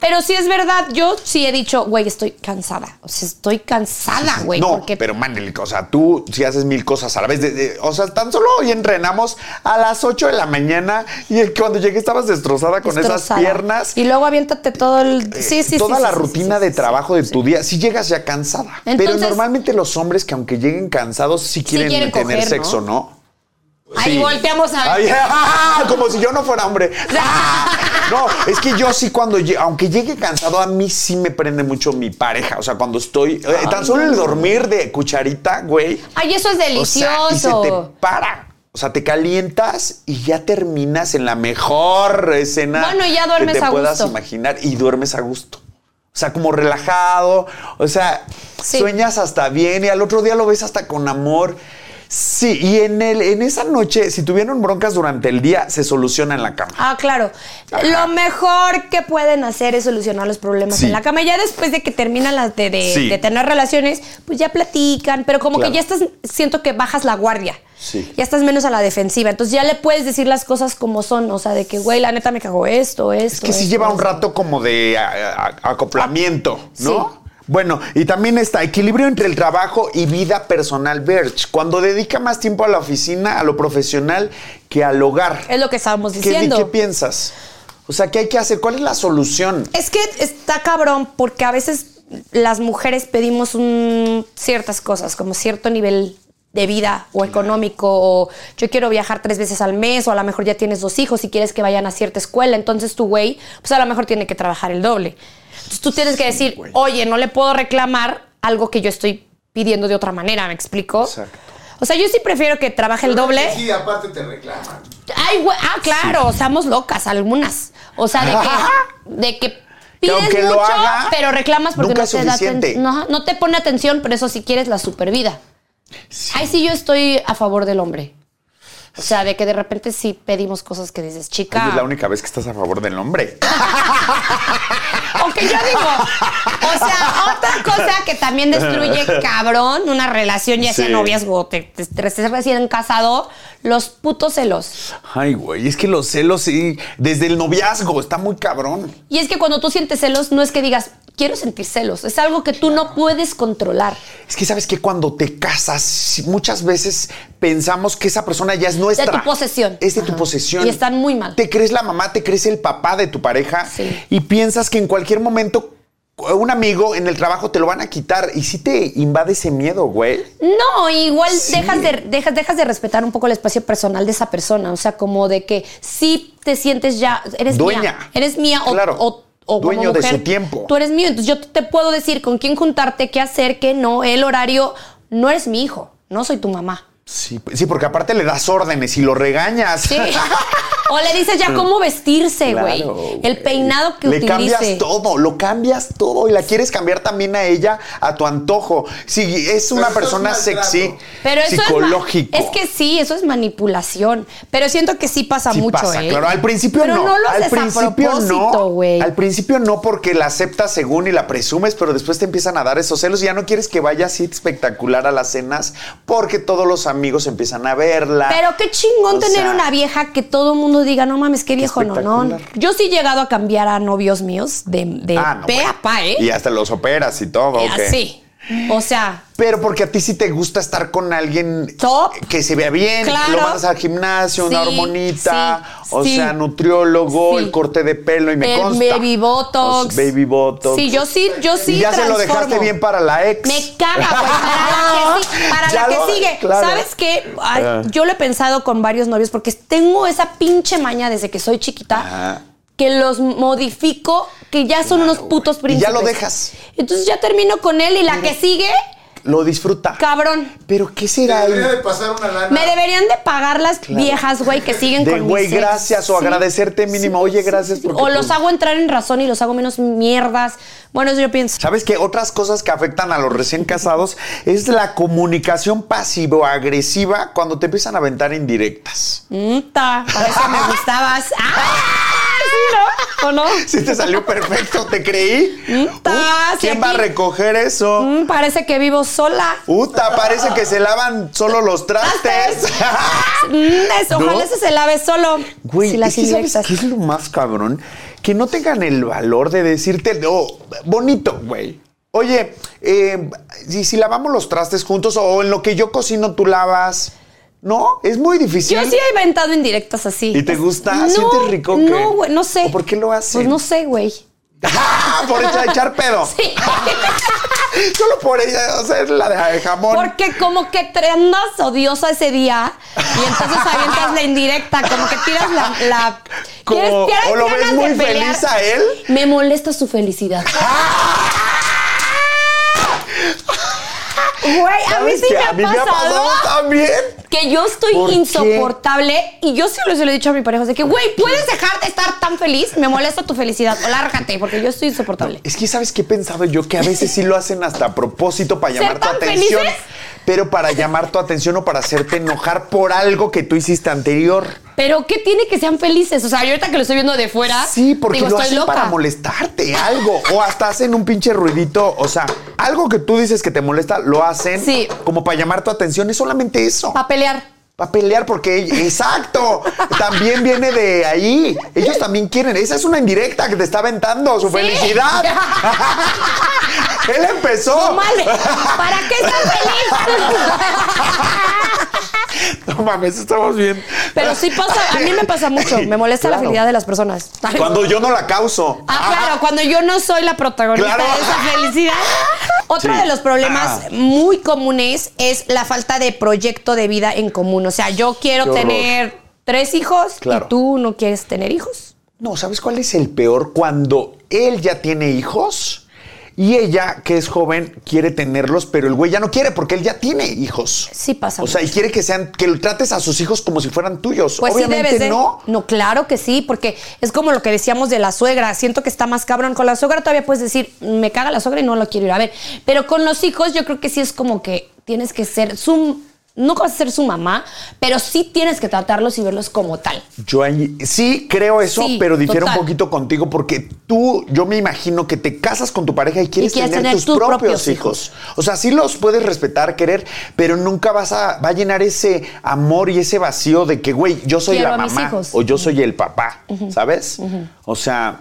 Speaker 1: Pero sí es verdad, yo sí he dicho, güey, estoy cansada. O sea, estoy cansada, güey.
Speaker 2: no,
Speaker 1: porque
Speaker 2: pero mándale, o sea, tú si haces mil cosas a la vez. de- de- o sea, tan solo hoy entrenamos a las 8 de la mañana y el- cuando llegué estabas destrozada con esas
Speaker 1: destrozada.
Speaker 2: piernas.
Speaker 1: Y luego aviéntate todo el.
Speaker 2: eh,
Speaker 1: Sí, sí, sí,
Speaker 2: toda
Speaker 1: sí,
Speaker 2: la
Speaker 1: sí,
Speaker 2: rutina
Speaker 1: sí,
Speaker 2: de
Speaker 1: sí,
Speaker 2: trabajo de tu día, si llegas ya cansada.
Speaker 1: Entonces-
Speaker 2: pero normalmente los hombres que aunque lleguen cansados, sí quieren,
Speaker 1: quieren
Speaker 2: tener
Speaker 1: coger, ¿no?
Speaker 2: sexo, ¿no?
Speaker 1: sí. Ahí
Speaker 2: Sí.
Speaker 1: volteamos a
Speaker 2: Ay,
Speaker 1: ver.
Speaker 2: ah, como si yo no fuera hombre. Ah, No, es que yo sí cuando, lle- aunque llegue cansado, a mí sí me prende mucho mi pareja. O sea, cuando estoy, eh, tan solo el dormir de cucharita, güey.
Speaker 1: Ay, eso es
Speaker 2: O sea,
Speaker 1: delicioso.
Speaker 2: y se te para. O sea, te calientas y ya terminas en la mejor escena
Speaker 1: Bueno, y ya duermes
Speaker 2: que te
Speaker 1: a
Speaker 2: puedas
Speaker 1: gusto.
Speaker 2: imaginar y duermes a gusto. O sea, como relajado, o sea,
Speaker 1: Sí.
Speaker 2: sueñas hasta bien y al otro día lo ves hasta con amor. Sí, y en el en esa noche, si tuvieron broncas durante el día, se soluciona en la cama.
Speaker 1: Ah, claro.
Speaker 2: Ajá.
Speaker 1: Lo mejor que pueden hacer es solucionar los problemas
Speaker 2: Sí.
Speaker 1: en la cama. Ya después de que terminan las de, de-
Speaker 2: Sí.
Speaker 1: de tener relaciones, pues ya platican, pero como
Speaker 2: Claro.
Speaker 1: que ya estás, siento que bajas la guardia.
Speaker 2: Sí.
Speaker 1: Ya estás menos a la defensiva. Entonces ya le puedes decir las cosas como son. O sea, de que, güey, la neta me cagó esto, esto.
Speaker 2: Es que sí
Speaker 1: esto,
Speaker 2: lleva un
Speaker 1: esto.
Speaker 2: rato como de a- a- acoplamiento, ¿no?
Speaker 1: Ah, Sí.
Speaker 2: Bueno, y también está equilibrio entre el trabajo y vida personal, Verge. Cuando dedica más tiempo a la oficina, a lo profesional, que al hogar.
Speaker 1: Es lo que estábamos
Speaker 2: ¿Qué, di-
Speaker 1: diciendo.
Speaker 2: qué piensas? O sea, ¿qué hay que hacer? ¿Cuál es la solución?
Speaker 1: Es que está cabrón porque a veces las mujeres pedimos un- ciertas cosas, como cierto nivel de vida o económico, o yo quiero viajar tres veces al mes, o a lo mejor ya tienes dos hijos y quieres que vayan a cierta escuela, entonces tu güey, pues a lo mejor tiene que trabajar el doble. Entonces tú tienes que decir, oye, no le puedo reclamar algo que yo estoy pidiendo de otra manera, ¿me explico?
Speaker 2: Exacto.
Speaker 1: O sea, yo sí prefiero que trabaje el doble.
Speaker 3: Sí, aparte te reclaman.
Speaker 1: Ay, güey, ah, claro, estamos locas algunas. O sea, de que, de que
Speaker 2: Que
Speaker 1: pides
Speaker 2: aunque lo
Speaker 1: mucho,
Speaker 2: haga,
Speaker 1: pero reclamas porque
Speaker 2: nunca
Speaker 1: no
Speaker 2: es
Speaker 1: te da aten-
Speaker 2: suficiente.
Speaker 1: no, no te pone atención, pero eso sí quieres la supervida. Ahí sí yo estoy a favor del hombre. O sea, de que de repente sí pedimos cosas que dices,
Speaker 2: Oye,
Speaker 1: chica.
Speaker 2: es la única vez que estás a favor del hombre.
Speaker 1: O que yo digo, o sea, otra cosa que también destruye cabrón una relación, ya sea
Speaker 2: Sí.
Speaker 1: noviazgo o te, te- te estés recién casado, los putos celos.
Speaker 2: Ay, güey, es que los celos sí, desde el noviazgo, está muy cabrón.
Speaker 1: Y es que cuando tú sientes celos, no es que digas, quiero sentir celos. Es algo que tú no puedes controlar.
Speaker 2: Es que sabes que cuando te casas, sí, muchas veces pensamos que esa persona ya es nuestra.
Speaker 1: tu posesión.
Speaker 2: Es de tu
Speaker 1: Ajá.
Speaker 2: posesión.
Speaker 1: Y están muy mal.
Speaker 2: Te crees la mamá, te crees el papá de tu pareja
Speaker 1: Sí.
Speaker 2: y piensas que en cualquier momento un amigo en el trabajo te lo van a quitar y si te invade ese miedo, güey.
Speaker 1: No, igual
Speaker 2: Sí.
Speaker 1: dejas, de, dejas, dejas de respetar un poco el espacio personal de esa persona. O sea, como de que sí te sientes ya, eres
Speaker 2: Dueña.
Speaker 1: mía. Eres mía o-
Speaker 2: Claro.
Speaker 1: o, o como
Speaker 2: Dueño de
Speaker 1: mujer,
Speaker 2: su tiempo.
Speaker 1: Tú eres mío. Entonces yo te puedo decir con quién juntarte, qué hacer, qué no, el horario. No eres mi hijo, no soy tu mamá.
Speaker 2: Sí, pues, sí, porque aparte le das órdenes y lo regañas.
Speaker 1: Sí. O le dices ya cómo vestirse,
Speaker 2: Mm. Claro,
Speaker 1: güey. el
Speaker 2: güey.
Speaker 1: peinado que
Speaker 2: Le
Speaker 1: utilice.
Speaker 2: cambias todo, lo cambias todo y la quieres cambiar también a ella a tu antojo. Si es una
Speaker 3: Pero eso es
Speaker 2: persona
Speaker 3: maltrato.
Speaker 2: sexy,
Speaker 1: Pero eso es ma-
Speaker 2: psicológico.
Speaker 1: Es, que sí, eso es manipulación. Pero siento que sí pasa
Speaker 2: Sí
Speaker 1: mucho,
Speaker 2: pasa,
Speaker 1: ¿eh?
Speaker 2: claro. Al principio
Speaker 1: pero
Speaker 2: no.
Speaker 1: lo haces
Speaker 2: al
Speaker 1: a
Speaker 2: principio
Speaker 1: propósito, güey.
Speaker 2: no. Al principio no, porque la aceptas según y la presumes, pero después te empiezan a dar esos celos y ya no quieres que vaya así espectacular a las cenas porque todos los amigos empiezan a verla.
Speaker 1: Pero qué chingón
Speaker 2: O
Speaker 1: tener
Speaker 2: sea,
Speaker 1: una vieja que todo el mundo diga, no mames, qué viejo, no, no.
Speaker 2: espectacular.
Speaker 1: Yo sí he llegado a cambiar a novios míos de, de
Speaker 2: ah, no,
Speaker 1: pe
Speaker 2: bueno.
Speaker 1: a pa, ¿eh?
Speaker 2: Y hasta los operas y todo. ok.
Speaker 1: Así. O sea,
Speaker 2: Pero porque a ti sí te gusta estar con alguien
Speaker 1: Top.
Speaker 2: que se vea bien,
Speaker 1: Claro.
Speaker 2: lo mandas al gimnasio, una
Speaker 1: Sí,
Speaker 2: hormonita,
Speaker 1: sí,
Speaker 2: o
Speaker 1: sí.
Speaker 2: sea, nutriólogo,
Speaker 1: Sí.
Speaker 2: el corte de pelo y me
Speaker 1: el
Speaker 2: consta.
Speaker 1: baby botox.
Speaker 2: O sea, baby botox.
Speaker 1: Sí, yo sí, yo sí.
Speaker 2: y ya se lo
Speaker 1: transformo.
Speaker 2: dejaste bien para la ex.
Speaker 1: Me caga, güey. Para la que, sí- para
Speaker 2: Ya
Speaker 1: la que
Speaker 2: lo-
Speaker 1: sigue.
Speaker 2: claro.
Speaker 1: ¿Sabes qué? Ay,
Speaker 2: Ah.
Speaker 1: Yo lo he pensado con varios novios porque tengo esa pinche maña desde que soy chiquita.
Speaker 2: Ajá.
Speaker 1: Que los modifico, que ya son unos putos
Speaker 2: Y ya
Speaker 1: príncipes.
Speaker 2: lo dejas.
Speaker 1: Entonces ya termino con él y la que sigue
Speaker 2: lo disfruta.
Speaker 1: Cabrón.
Speaker 2: Pero ¿qué
Speaker 3: Te
Speaker 2: será?
Speaker 3: debería de
Speaker 2: el-
Speaker 3: pasar una lana.
Speaker 1: Me deberían de pagar las viejas, güey, que siguen
Speaker 2: De
Speaker 1: con
Speaker 2: güey,
Speaker 1: mis ex.
Speaker 2: gracias, o
Speaker 1: Sí.
Speaker 2: agradecerte mínimo. Oye, gracias porque
Speaker 1: O los
Speaker 2: tú-
Speaker 1: hago entrar en razón y los hago menos mierdas. Bueno, eso yo pienso.
Speaker 2: ¿Sabes qué? Otras cosas que afectan a los recién casados es la comunicación pasivo-agresiva cuando te empiezan a aventar indirectas.
Speaker 1: Puta, por eso me gustabas. ¡Ah! ¿Sí, no? ¿O no?
Speaker 2: Si te salió perfecto, te creí.
Speaker 1: Uta,
Speaker 2: Ut,
Speaker 1: si
Speaker 2: ¿Quién va a
Speaker 1: Mm, aquí-
Speaker 2: recoger eso?
Speaker 1: Mm, parece que vivo sola.
Speaker 2: Uta, parece que se lavan solo los trastes.
Speaker 1: Mm, es- ojalá
Speaker 2: ¿No?
Speaker 1: ese se lave solo.
Speaker 2: Güey,
Speaker 1: si
Speaker 2: es
Speaker 1: las
Speaker 2: que ¿sabes
Speaker 1: indirectas.
Speaker 2: qué es lo más cabrón? Que no tengan el valor de decirte, no, bonito, güey. Oye, eh, si, si lavamos los trastes juntos o en lo que yo cocino tú lavas. No, es muy difícil.
Speaker 1: Yo sí he inventado indirectas así.
Speaker 2: ¿Y te gusta?
Speaker 1: No,
Speaker 2: ¿Sientes rico que-
Speaker 1: No, güey, no sé.
Speaker 2: ¿O por qué lo hacen?
Speaker 1: Pues no sé, güey.
Speaker 2: ¡Ah! Por echar, echar pedo.
Speaker 1: Sí.
Speaker 2: Solo por ella hacer la de jamón.
Speaker 1: Porque como que te andas odiosa ese día y entonces avientas la indirecta, como que tiras la... la-
Speaker 2: Como-
Speaker 1: ¿Quieres- quieres
Speaker 2: ¿o lo
Speaker 1: ganas
Speaker 2: ves
Speaker 1: de
Speaker 2: muy
Speaker 1: pelear?
Speaker 2: feliz a Ah. él?
Speaker 1: Me molesta su felicidad. Güey, a mí
Speaker 2: ¿Sabes
Speaker 1: sí
Speaker 2: qué?
Speaker 1: me
Speaker 2: A
Speaker 1: ha
Speaker 2: mí me ha pasado
Speaker 1: pasado
Speaker 2: también.
Speaker 1: que yo estoy
Speaker 2: ¿Por qué?
Speaker 1: insoportable y yo sí se lo he dicho a mi pareja, de que, güey, ¿puedes dejar de estar tan feliz? Me molesta tu felicidad o lárgate porque yo estoy insoportable.
Speaker 2: Es que, ¿sabes qué he pensado yo? Que a veces sí lo hacen hasta a propósito para
Speaker 1: ¿Ser
Speaker 2: llamar tu
Speaker 1: tan
Speaker 2: atención.
Speaker 1: felices?
Speaker 2: Pero para llamar tu atención o para hacerte enojar por algo que tú hiciste anterior.
Speaker 1: Pero ¿qué tiene que sean felices? O sea, yo ahorita que lo estoy viendo de fuera,
Speaker 2: Sí, porque
Speaker 1: digo,
Speaker 2: lo
Speaker 1: estoy
Speaker 2: hacen
Speaker 1: loca.
Speaker 2: para molestarte, algo. O hasta hacen un pinche ruidito. O sea, algo que tú dices que te molesta, lo hacen
Speaker 1: Sí.
Speaker 2: como para llamar tu atención. Es solamente eso.
Speaker 1: Para pelear.
Speaker 2: Para pelear porque... Exacto. también viene de ahí. Ellos también quieren. Esa es una indirecta que te está aventando su felicidad. Él empezó.
Speaker 1: No mames, ¿Para qué estás feliz?
Speaker 2: No mames, estamos bien.
Speaker 1: Pero sí pasa, a mí me pasa mucho. Me molesta la
Speaker 2: Claro.
Speaker 1: felicidad de las personas.
Speaker 2: Cuando yo no la causo.
Speaker 1: Ah, claro, cuando yo no soy la protagonista
Speaker 2: Claro.
Speaker 1: de esa felicidad. Otro
Speaker 2: Sí.
Speaker 1: de los problemas
Speaker 2: Ah.
Speaker 1: muy comunes es la falta de proyecto de vida en común. O sea, yo quiero
Speaker 2: Qué horror.
Speaker 1: tener tres hijos
Speaker 2: Claro.
Speaker 1: y tú no quieres tener hijos.
Speaker 2: No, ¿sabes cuál es el peor? Cuando él ya tiene hijos y ella, que es joven, quiere tenerlos, pero el güey ya no quiere porque él ya tiene hijos.
Speaker 1: Sí pasa
Speaker 2: O sea, y quiere que sean, que lo trates a sus hijos como si fueran tuyos.
Speaker 1: Pues sí
Speaker 2: Obviamente
Speaker 1: debes de.
Speaker 2: no.
Speaker 1: claro que sí, porque es como lo que decíamos de la suegra. Siento que está más cabrón con la suegra. Todavía puedes decir, me caga la suegra y no la quiero ir a ver. Pero con los hijos yo creo que sí es como que tienes que ser su... No vas a ser su mamá, pero sí tienes que tratarlos y verlos como tal.
Speaker 2: Yo ahí- sí creo eso,
Speaker 1: Sí,
Speaker 2: pero difiero
Speaker 1: total.
Speaker 2: un poquito contigo porque tú, yo me imagino que te casas con tu pareja y quieres,
Speaker 1: quieres
Speaker 2: tener,
Speaker 1: tener
Speaker 2: tus,
Speaker 1: tus
Speaker 2: propios,
Speaker 1: propios
Speaker 2: hijos. O sea, sí los puedes respetar, querer, pero nunca vas a, va a llenar ese amor y ese vacío de que, güey, yo soy
Speaker 1: Quiero
Speaker 2: la
Speaker 1: a mis
Speaker 2: mamá
Speaker 1: hijos.
Speaker 2: o yo soy el papá, ¿sabes? O sea,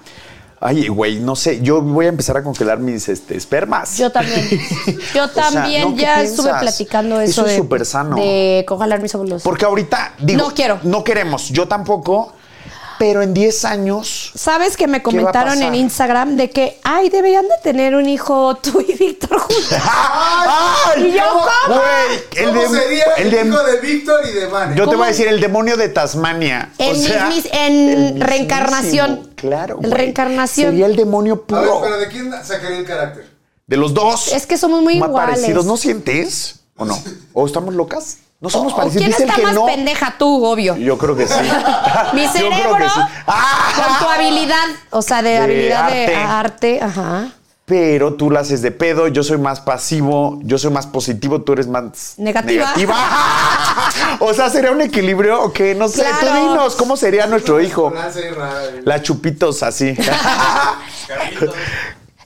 Speaker 2: ay, güey, no sé, yo voy a empezar a congelar mis este, espermas.
Speaker 1: Yo también.
Speaker 2: O
Speaker 1: Yo
Speaker 2: sea,
Speaker 1: también
Speaker 2: ¿no? ¿Qué
Speaker 1: ya
Speaker 2: piensas?
Speaker 1: estuve platicando eso.
Speaker 2: Eso es
Speaker 1: de-
Speaker 2: súper sano.
Speaker 1: De congelar mis óvulos.
Speaker 2: Porque ahorita, digo,
Speaker 1: No quiero.
Speaker 2: No queremos, yo tampoco, pero en 10 años...
Speaker 1: ¿Sabes que me
Speaker 2: ¿Qué va a
Speaker 1: comentaron en
Speaker 2: pasar?
Speaker 1: Instagram de que, ay, deberían de tener un hijo tú y Víctor juntos?
Speaker 2: ¡Ay!
Speaker 1: ¿Y yo cómo?
Speaker 2: Güey, el
Speaker 3: ¿Cómo
Speaker 2: de,
Speaker 3: sería
Speaker 2: el
Speaker 3: el,
Speaker 2: de-
Speaker 3: hijo de Víctor y de Van?
Speaker 2: yo te voy
Speaker 1: ¿Cómo?
Speaker 2: a decir el demonio de Tasmania.
Speaker 1: El
Speaker 2: o sea,
Speaker 1: mismis- en
Speaker 2: mismísimo,
Speaker 1: reencarnación.
Speaker 2: Claro.
Speaker 1: El
Speaker 2: güey.
Speaker 1: reencarnación.
Speaker 2: Sería el demonio
Speaker 3: A ver,
Speaker 2: puro.
Speaker 3: pero ¿de quién sacaría el carácter?
Speaker 2: de los dos.
Speaker 1: Es que somos muy
Speaker 2: Más
Speaker 1: iguales.
Speaker 2: parecidos. ¿No sientes? ¿O no? ¿O estamos locas? No somos
Speaker 1: ¿O
Speaker 2: parecidos.
Speaker 1: ¿Quién
Speaker 2: Dice el
Speaker 1: está
Speaker 2: que
Speaker 1: más
Speaker 2: no.
Speaker 1: pendeja tú, obvio?
Speaker 2: Yo creo que sí.
Speaker 1: Mi
Speaker 2: Yo creo que
Speaker 1: cerebro
Speaker 2: sí. ¡Ah!
Speaker 1: con tu habilidad, o sea, de,
Speaker 2: De
Speaker 1: habilidad de
Speaker 2: arte.
Speaker 1: arte, ajá.
Speaker 2: Pero tú la haces de pedo, yo soy más pasivo, yo soy más positivo, tú eres más
Speaker 1: Negativa.
Speaker 2: negativa. o sea, sería un equilibrio que no sé. Tú
Speaker 1: Claro.
Speaker 2: dinos, ¿cómo sería nuestro hijo?
Speaker 3: Lanza y rara. güey.
Speaker 2: La chupitos así.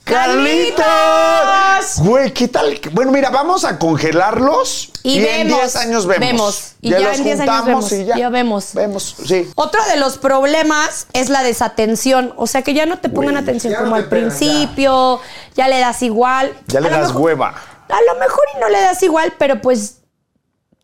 Speaker 1: ¡Carlitos!
Speaker 2: ¡Carlitos! Güey, ¿qué tal? Bueno, mira, vamos a congelarlos y,
Speaker 1: Y
Speaker 2: en
Speaker 1: vemos,
Speaker 2: 10 años vemos.
Speaker 1: vemos. Y ya
Speaker 2: los
Speaker 1: en 10 años
Speaker 2: juntamos
Speaker 1: vemos, ya vemos.
Speaker 2: Vemos, sí.
Speaker 1: Otro de los problemas es la desatención, o sea, que ya no te pongan atención
Speaker 3: ya
Speaker 1: como
Speaker 3: no te
Speaker 1: al
Speaker 3: pelan, ya.
Speaker 1: principio, ya. le das igual.
Speaker 2: Ya le
Speaker 1: A lo
Speaker 2: das
Speaker 1: mejor-
Speaker 2: hueva.
Speaker 1: A lo mejor y no le das igual, pero pues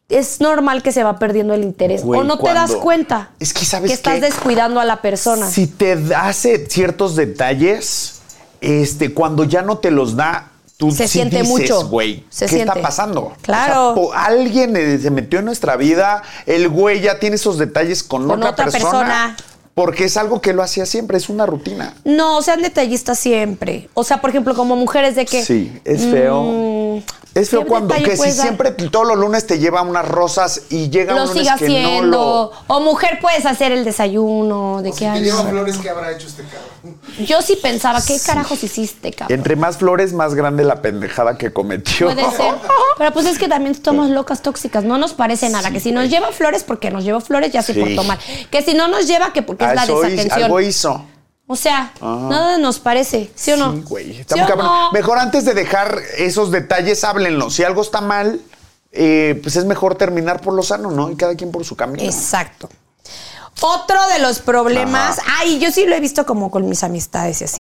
Speaker 1: es normal que se va perdiendo el interés
Speaker 2: Güey,
Speaker 1: o no te
Speaker 2: cuando-
Speaker 1: das cuenta.
Speaker 2: Es que, ¿sabes
Speaker 1: que estás
Speaker 2: qué?
Speaker 1: descuidando a la persona.
Speaker 2: Si te hace ciertos detalles, este, cuando ya no te los da, tú
Speaker 1: Se
Speaker 2: sí
Speaker 1: siente
Speaker 2: dices,
Speaker 1: mucho.
Speaker 2: güey,
Speaker 1: Se
Speaker 2: ¿qué está
Speaker 1: siente.
Speaker 2: pasando?
Speaker 1: Claro.
Speaker 2: O sea, po- alguien eh, se metió en nuestra vida, el güey ya tiene esos detalles con,
Speaker 1: Con
Speaker 2: otra,
Speaker 1: otra persona.
Speaker 2: Porque es algo que lo hacía siempre, es una rutina.
Speaker 1: No, sean detallistas siempre. O sea, por ejemplo, como mujeres de que.
Speaker 2: Sí, es feo.
Speaker 1: mm,
Speaker 2: Es feo
Speaker 1: ¿Qué
Speaker 2: cuando
Speaker 1: Mm. detalle
Speaker 2: que si
Speaker 1: puedes dar?
Speaker 2: siempre todos los lunes te lleva unas rosas y llega
Speaker 1: Lo
Speaker 2: un lunes
Speaker 1: siga
Speaker 2: que
Speaker 1: haciendo.
Speaker 2: no
Speaker 1: O mujer, puedes hacer el desayuno. ¿De
Speaker 3: O
Speaker 1: qué
Speaker 3: si te
Speaker 1: año?
Speaker 3: lleva flores, ¿qué habrá hecho este cabrón?
Speaker 1: Yo sí pensaba, ¿qué carajos hiciste,
Speaker 2: lo.
Speaker 1: cabrón?
Speaker 2: Entre más flores, más grande la pendejada que cometió.
Speaker 1: Puede ser. Pero pues es que también estamos locas tóxicas. No nos parece nada. que si nos lleva flores, porque nos lleva flores, ya se
Speaker 2: Sí.
Speaker 1: portó mal. Que si no nos lleva, que porque
Speaker 2: Ah,
Speaker 1: es la
Speaker 2: eso hizo-
Speaker 1: desatención.
Speaker 2: algo hizo.
Speaker 1: O sea, nada nos parece, ¿sí o no?
Speaker 2: Ah. Sí, güey. Está
Speaker 1: ¿Sí
Speaker 2: muy
Speaker 1: o
Speaker 2: cabrón.
Speaker 1: no?
Speaker 2: Mejor antes de dejar esos detalles, háblenlo. Si algo está mal, eh, pues es mejor terminar por lo sano, ¿no? Y cada quien por su camino.
Speaker 1: Exacto. Otro de los problemas, ay, yo sí lo he visto como con mis amistades y así.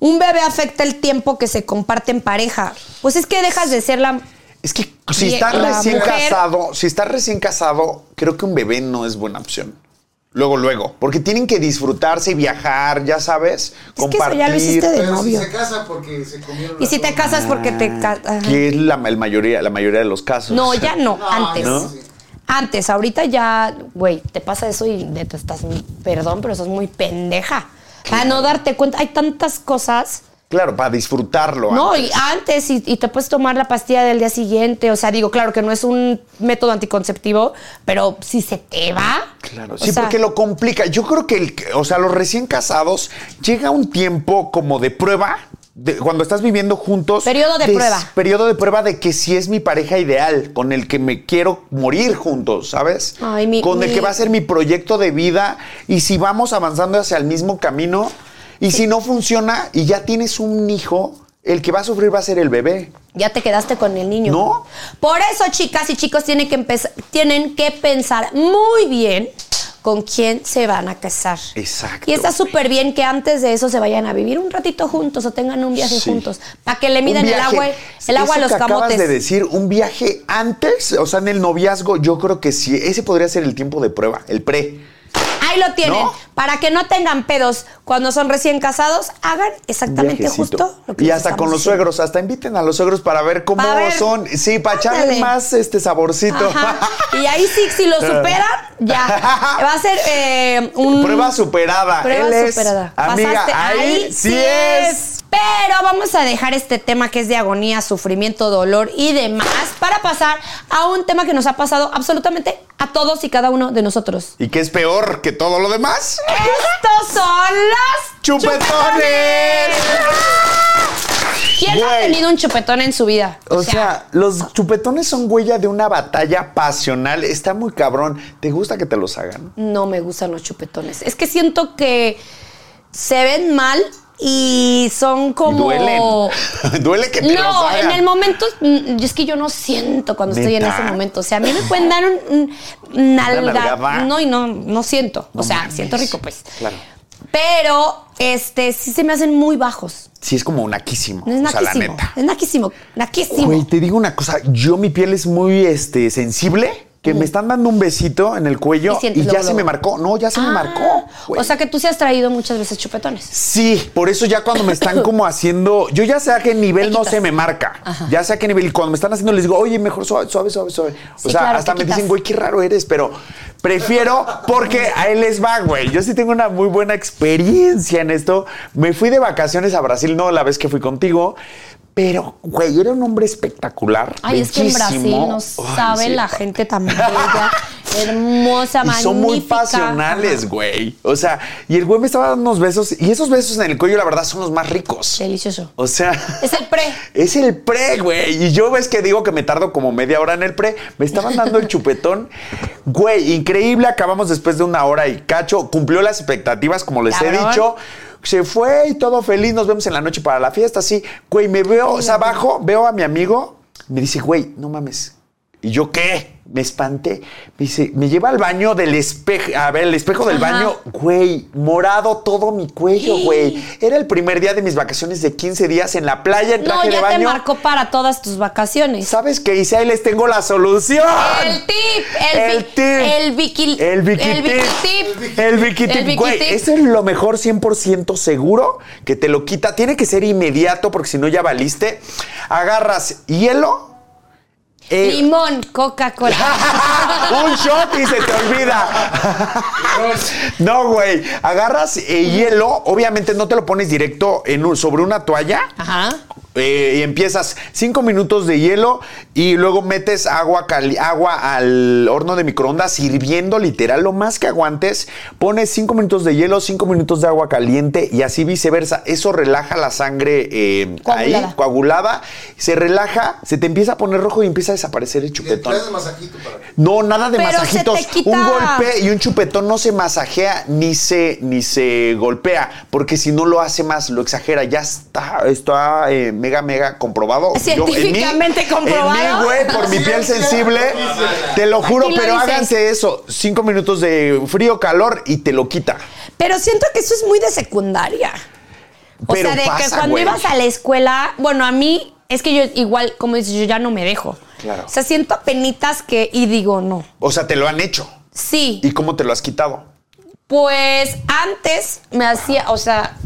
Speaker 1: Un bebé afecta el tiempo que se comparte en pareja. Pues es que dejas de ser la
Speaker 2: Es que si
Speaker 1: Y
Speaker 2: estás
Speaker 1: la
Speaker 2: recién
Speaker 1: mujer-
Speaker 2: casado, si estás recién casado, creo que un bebé no es buena opción. Luego, luego. Porque tienen que disfrutarse y viajar, ya sabes.
Speaker 1: Es que eso ya lo hiciste de
Speaker 3: Pero si
Speaker 1: novio.
Speaker 3: se casa porque se comieron
Speaker 1: Y si te
Speaker 3: casas
Speaker 1: casas porque te ca- ajá.
Speaker 2: Que es la, el mayoría, la mayoría de los casos.
Speaker 1: No, ya no, antes.
Speaker 2: ¿no?
Speaker 1: Antes, ahorita ya, güey, te pasa eso y neta estás, perdón, pero sos muy pendeja. Para no darte cuenta, hay tantas cosas.
Speaker 2: Claro, para disfrutarlo.
Speaker 1: No,
Speaker 2: antes.
Speaker 1: y antes, y, y te puedes tomar la pastilla del día siguiente. O sea, digo, claro que no es un método anticonceptivo, pero si se te va.
Speaker 2: Claro,
Speaker 1: o
Speaker 2: sí,
Speaker 1: sea,
Speaker 2: porque lo complica. Yo creo que, el, o sea, los recién casados llega un tiempo como de prueba, de- cuando estás viviendo juntos.
Speaker 1: Periodo de
Speaker 2: des-
Speaker 1: prueba.
Speaker 2: Periodo de prueba de que sí es mi pareja ideal, con el que me quiero morir juntos, ¿sabes?
Speaker 1: Ay, mi-
Speaker 2: con el
Speaker 1: mi-
Speaker 2: que va a ser mi proyecto de vida y si vamos avanzando hacia el mismo camino y si no funciona y ya tienes un hijo, el que va a sufrir va a ser el bebé.
Speaker 1: Ya te quedaste con el niño.
Speaker 2: ¿No?
Speaker 1: Por eso, chicas y chicos, tienen que, empezar, tienen que pensar muy bien con quién se van a casar.
Speaker 2: Exacto,
Speaker 1: Y está súper bien que antes de eso se vayan a vivir un ratito juntos o tengan un viaje
Speaker 2: Sí.
Speaker 1: juntos. Para que le
Speaker 2: Un
Speaker 1: midan el
Speaker 2: viaje.
Speaker 1: agua, el agua a
Speaker 2: Eso
Speaker 1: los
Speaker 2: que
Speaker 1: camotes.
Speaker 2: acabas de decir, un viaje antes, o sea, en el noviazgo, yo creo que sí. Ese podría ser el tiempo de prueba, el pre.
Speaker 1: Ahí lo tienen.
Speaker 2: ¿No?
Speaker 1: Para que no tengan pedos cuando son recién casados, hagan exactamente
Speaker 2: Viajecito.
Speaker 1: justo lo que
Speaker 2: y
Speaker 1: les
Speaker 2: hasta
Speaker 1: estamos
Speaker 2: con los
Speaker 1: diciendo.
Speaker 2: suegros, hasta inviten a los suegros para ver cómo
Speaker 1: Pa' ver.
Speaker 2: son. Sí, para
Speaker 1: Ándale.
Speaker 2: echarle más este saborcito.
Speaker 1: Ajá. Y ahí sí, si lo superan, ya. Va a ser eh, un.
Speaker 2: Prueba superada.
Speaker 1: Prueba
Speaker 2: Él es,
Speaker 1: superada.
Speaker 2: Amiga,
Speaker 1: Pasaste,
Speaker 2: ahí, sí es.
Speaker 1: Pero vamos a dejar este tema que es de agonía, sufrimiento, dolor y demás para pasar a un tema que nos ha pasado absolutamente a todos y cada uno de nosotros.
Speaker 2: ¿Y qué es peor que todo lo demás?
Speaker 1: Estos son los
Speaker 2: ¡Chupetones!
Speaker 1: ¿Quién ha
Speaker 2: Güey.
Speaker 1: tenido un chupetón en su vida?
Speaker 2: O sea, los chupetones son huella de una batalla pasional. Está muy cabrón. ¿Te gusta que te los hagan?
Speaker 1: no me gustan los chupetones. Es que siento que se ven mal y son
Speaker 2: Y
Speaker 1: como.
Speaker 2: Duelen. Duele que te los
Speaker 1: No,
Speaker 2: hagan.
Speaker 1: en el momento, mm, yo es que yo no siento cuando estoy en
Speaker 2: ¿Neta?
Speaker 1: ese momento. O sea, a mí me pueden dar un, un nalga.
Speaker 2: nalgada.
Speaker 1: No, y no, no siento.
Speaker 2: No
Speaker 1: o sea,
Speaker 2: mames.
Speaker 1: siento rico, pues.
Speaker 2: Claro.
Speaker 1: Pero, este, sí se me hacen muy bajos.
Speaker 2: Sí, es como naquísimo.
Speaker 1: Es
Speaker 2: o sea, la
Speaker 1: naquísimo.
Speaker 2: neta.
Speaker 1: Es naquísimo. Naquísimo.
Speaker 2: Güey, te digo una cosa. Yo, mi piel es muy este, sensible. Que me están dando un besito en el cuello
Speaker 1: Y
Speaker 2: y,
Speaker 1: sientes
Speaker 2: ya
Speaker 1: luego,
Speaker 2: se me
Speaker 1: luego.
Speaker 2: marcó. No, ya se me
Speaker 1: Ah,
Speaker 2: marcó. güey.
Speaker 1: O sea, que tú se has traído muchas veces chupetones.
Speaker 2: Sí, por eso ya cuando me están como haciendo, yo ya sé a qué nivel no
Speaker 1: quitas.
Speaker 2: se me marca. Ya sé a qué nivel. Y cuando me están haciendo, les digo, oye, mejor suave, suave, suave, suave. O
Speaker 1: Sí,
Speaker 2: sea,
Speaker 1: claro,
Speaker 2: hasta
Speaker 1: te
Speaker 2: me
Speaker 1: quitas.
Speaker 2: dicen, güey, qué raro eres, pero prefiero porque a él les va, güey. Yo sí tengo una muy buena experiencia en esto. Me fui de vacaciones a Brasil, no la vez que fui contigo. Pero, güey, era un hombre espectacular.
Speaker 1: Ay, es que en Brasil
Speaker 2: bellísimo.
Speaker 1: no
Speaker 2: Ay,
Speaker 1: sabe
Speaker 2: sí.
Speaker 1: la gente tan bella Hermosa,
Speaker 2: Y son muy
Speaker 1: magnífica.
Speaker 2: pasionales,
Speaker 1: Ajá.
Speaker 2: güey. O sea, y el güey me estaba dando unos besos. Y esos besos en el cuello, la verdad, son los más ricos.
Speaker 1: Delicioso.
Speaker 2: O sea.
Speaker 1: Es el pre.
Speaker 2: Es el pre, güey. Y yo ves que digo que me tardo como media hora en el pre. Me estaban dando el chupetón. Güey, increíble. Acabamos después de una hora y cacho. Cumplió las expectativas, como les he
Speaker 1: Cabrón.
Speaker 2: dicho. Se fue y todo feliz. Nos vemos en la noche para la fiesta. Sí, güey, me veo, o sea, abajo, veo a mi amigo. Me dice, güey, no mames. ¿Y yo qué? Me espanté. Me dice, me lleva al baño del espejo. A ver, el espejo del
Speaker 1: Ajá.
Speaker 2: baño, güey, morado todo mi cuello, güey. Era el primer día de mis vacaciones de 15 días en la playa, en
Speaker 1: No,
Speaker 2: traje de
Speaker 1: ya te
Speaker 2: baño.
Speaker 1: marcó para todas tus vacaciones.
Speaker 2: ¿Sabes qué hice? Ahí les tengo la solución.
Speaker 1: El tip, el,
Speaker 2: el
Speaker 1: vi-
Speaker 2: tip.
Speaker 1: el viqui-
Speaker 2: El Vicky
Speaker 1: el
Speaker 2: tip.
Speaker 1: viquitip.
Speaker 2: El Vicky
Speaker 1: El
Speaker 2: tip.
Speaker 1: Vicky
Speaker 2: Güey,
Speaker 1: tip.
Speaker 2: eso es lo mejor 100% seguro que te lo quita. Tiene que ser inmediato porque si no ya valiste. Agarras hielo. eh,
Speaker 1: Limón, Coca-Cola.
Speaker 2: un shot y se te olvida. no, güey. Agarras eh, hielo, obviamente no te lo pones directo en un- sobre una toalla.
Speaker 1: Ajá.
Speaker 2: Eh, y empiezas cinco minutos de hielo y luego metes agua, cali- agua al horno de microondas hirviendo literal lo más que aguantes. Pones cinco minutos de hielo, cinco minutos de agua caliente y así viceversa. Eso relaja la sangre eh, ahí,
Speaker 1: Coagulada.
Speaker 2: coagulada. Se relaja, se te empieza a poner rojo y empieza a desaparecer el
Speaker 3: Le
Speaker 2: chupetón.
Speaker 3: traes el masajito para que.
Speaker 2: No, nada de
Speaker 1: Pero se te
Speaker 2: masajitos.
Speaker 1: quita.
Speaker 2: Un golpe y un chupetón no se masajea ni se, ni se golpea, porque si no lo hace más, lo exagera. Ya está, está eh, mega, mega comprobado. Yo- en mí-
Speaker 1: Científicamente
Speaker 2: En
Speaker 1: comprobado.
Speaker 2: mí, güey, por mi
Speaker 3: Sí,
Speaker 2: piel
Speaker 3: sí,
Speaker 2: sensible,
Speaker 3: sí.
Speaker 2: te lo juro,
Speaker 1: Aquí lo
Speaker 2: pero
Speaker 1: dices.
Speaker 2: háganse eso. Cinco minutos de frío, calor y te lo quita.
Speaker 1: Pero siento que eso es muy de secundaria. O
Speaker 2: Pero
Speaker 1: sea, de
Speaker 2: pasa,
Speaker 1: que cuando
Speaker 2: güey.
Speaker 1: ibas a la escuela, bueno, a mí es que yo igual, como dices, yo ya no me dejo.
Speaker 2: Claro.
Speaker 1: O sea, siento penitas que, y digo, no.
Speaker 2: O sea, te lo han hecho.
Speaker 1: Sí,
Speaker 2: ¿Y cómo te lo has quitado?
Speaker 1: pues antes me hacía, o sea,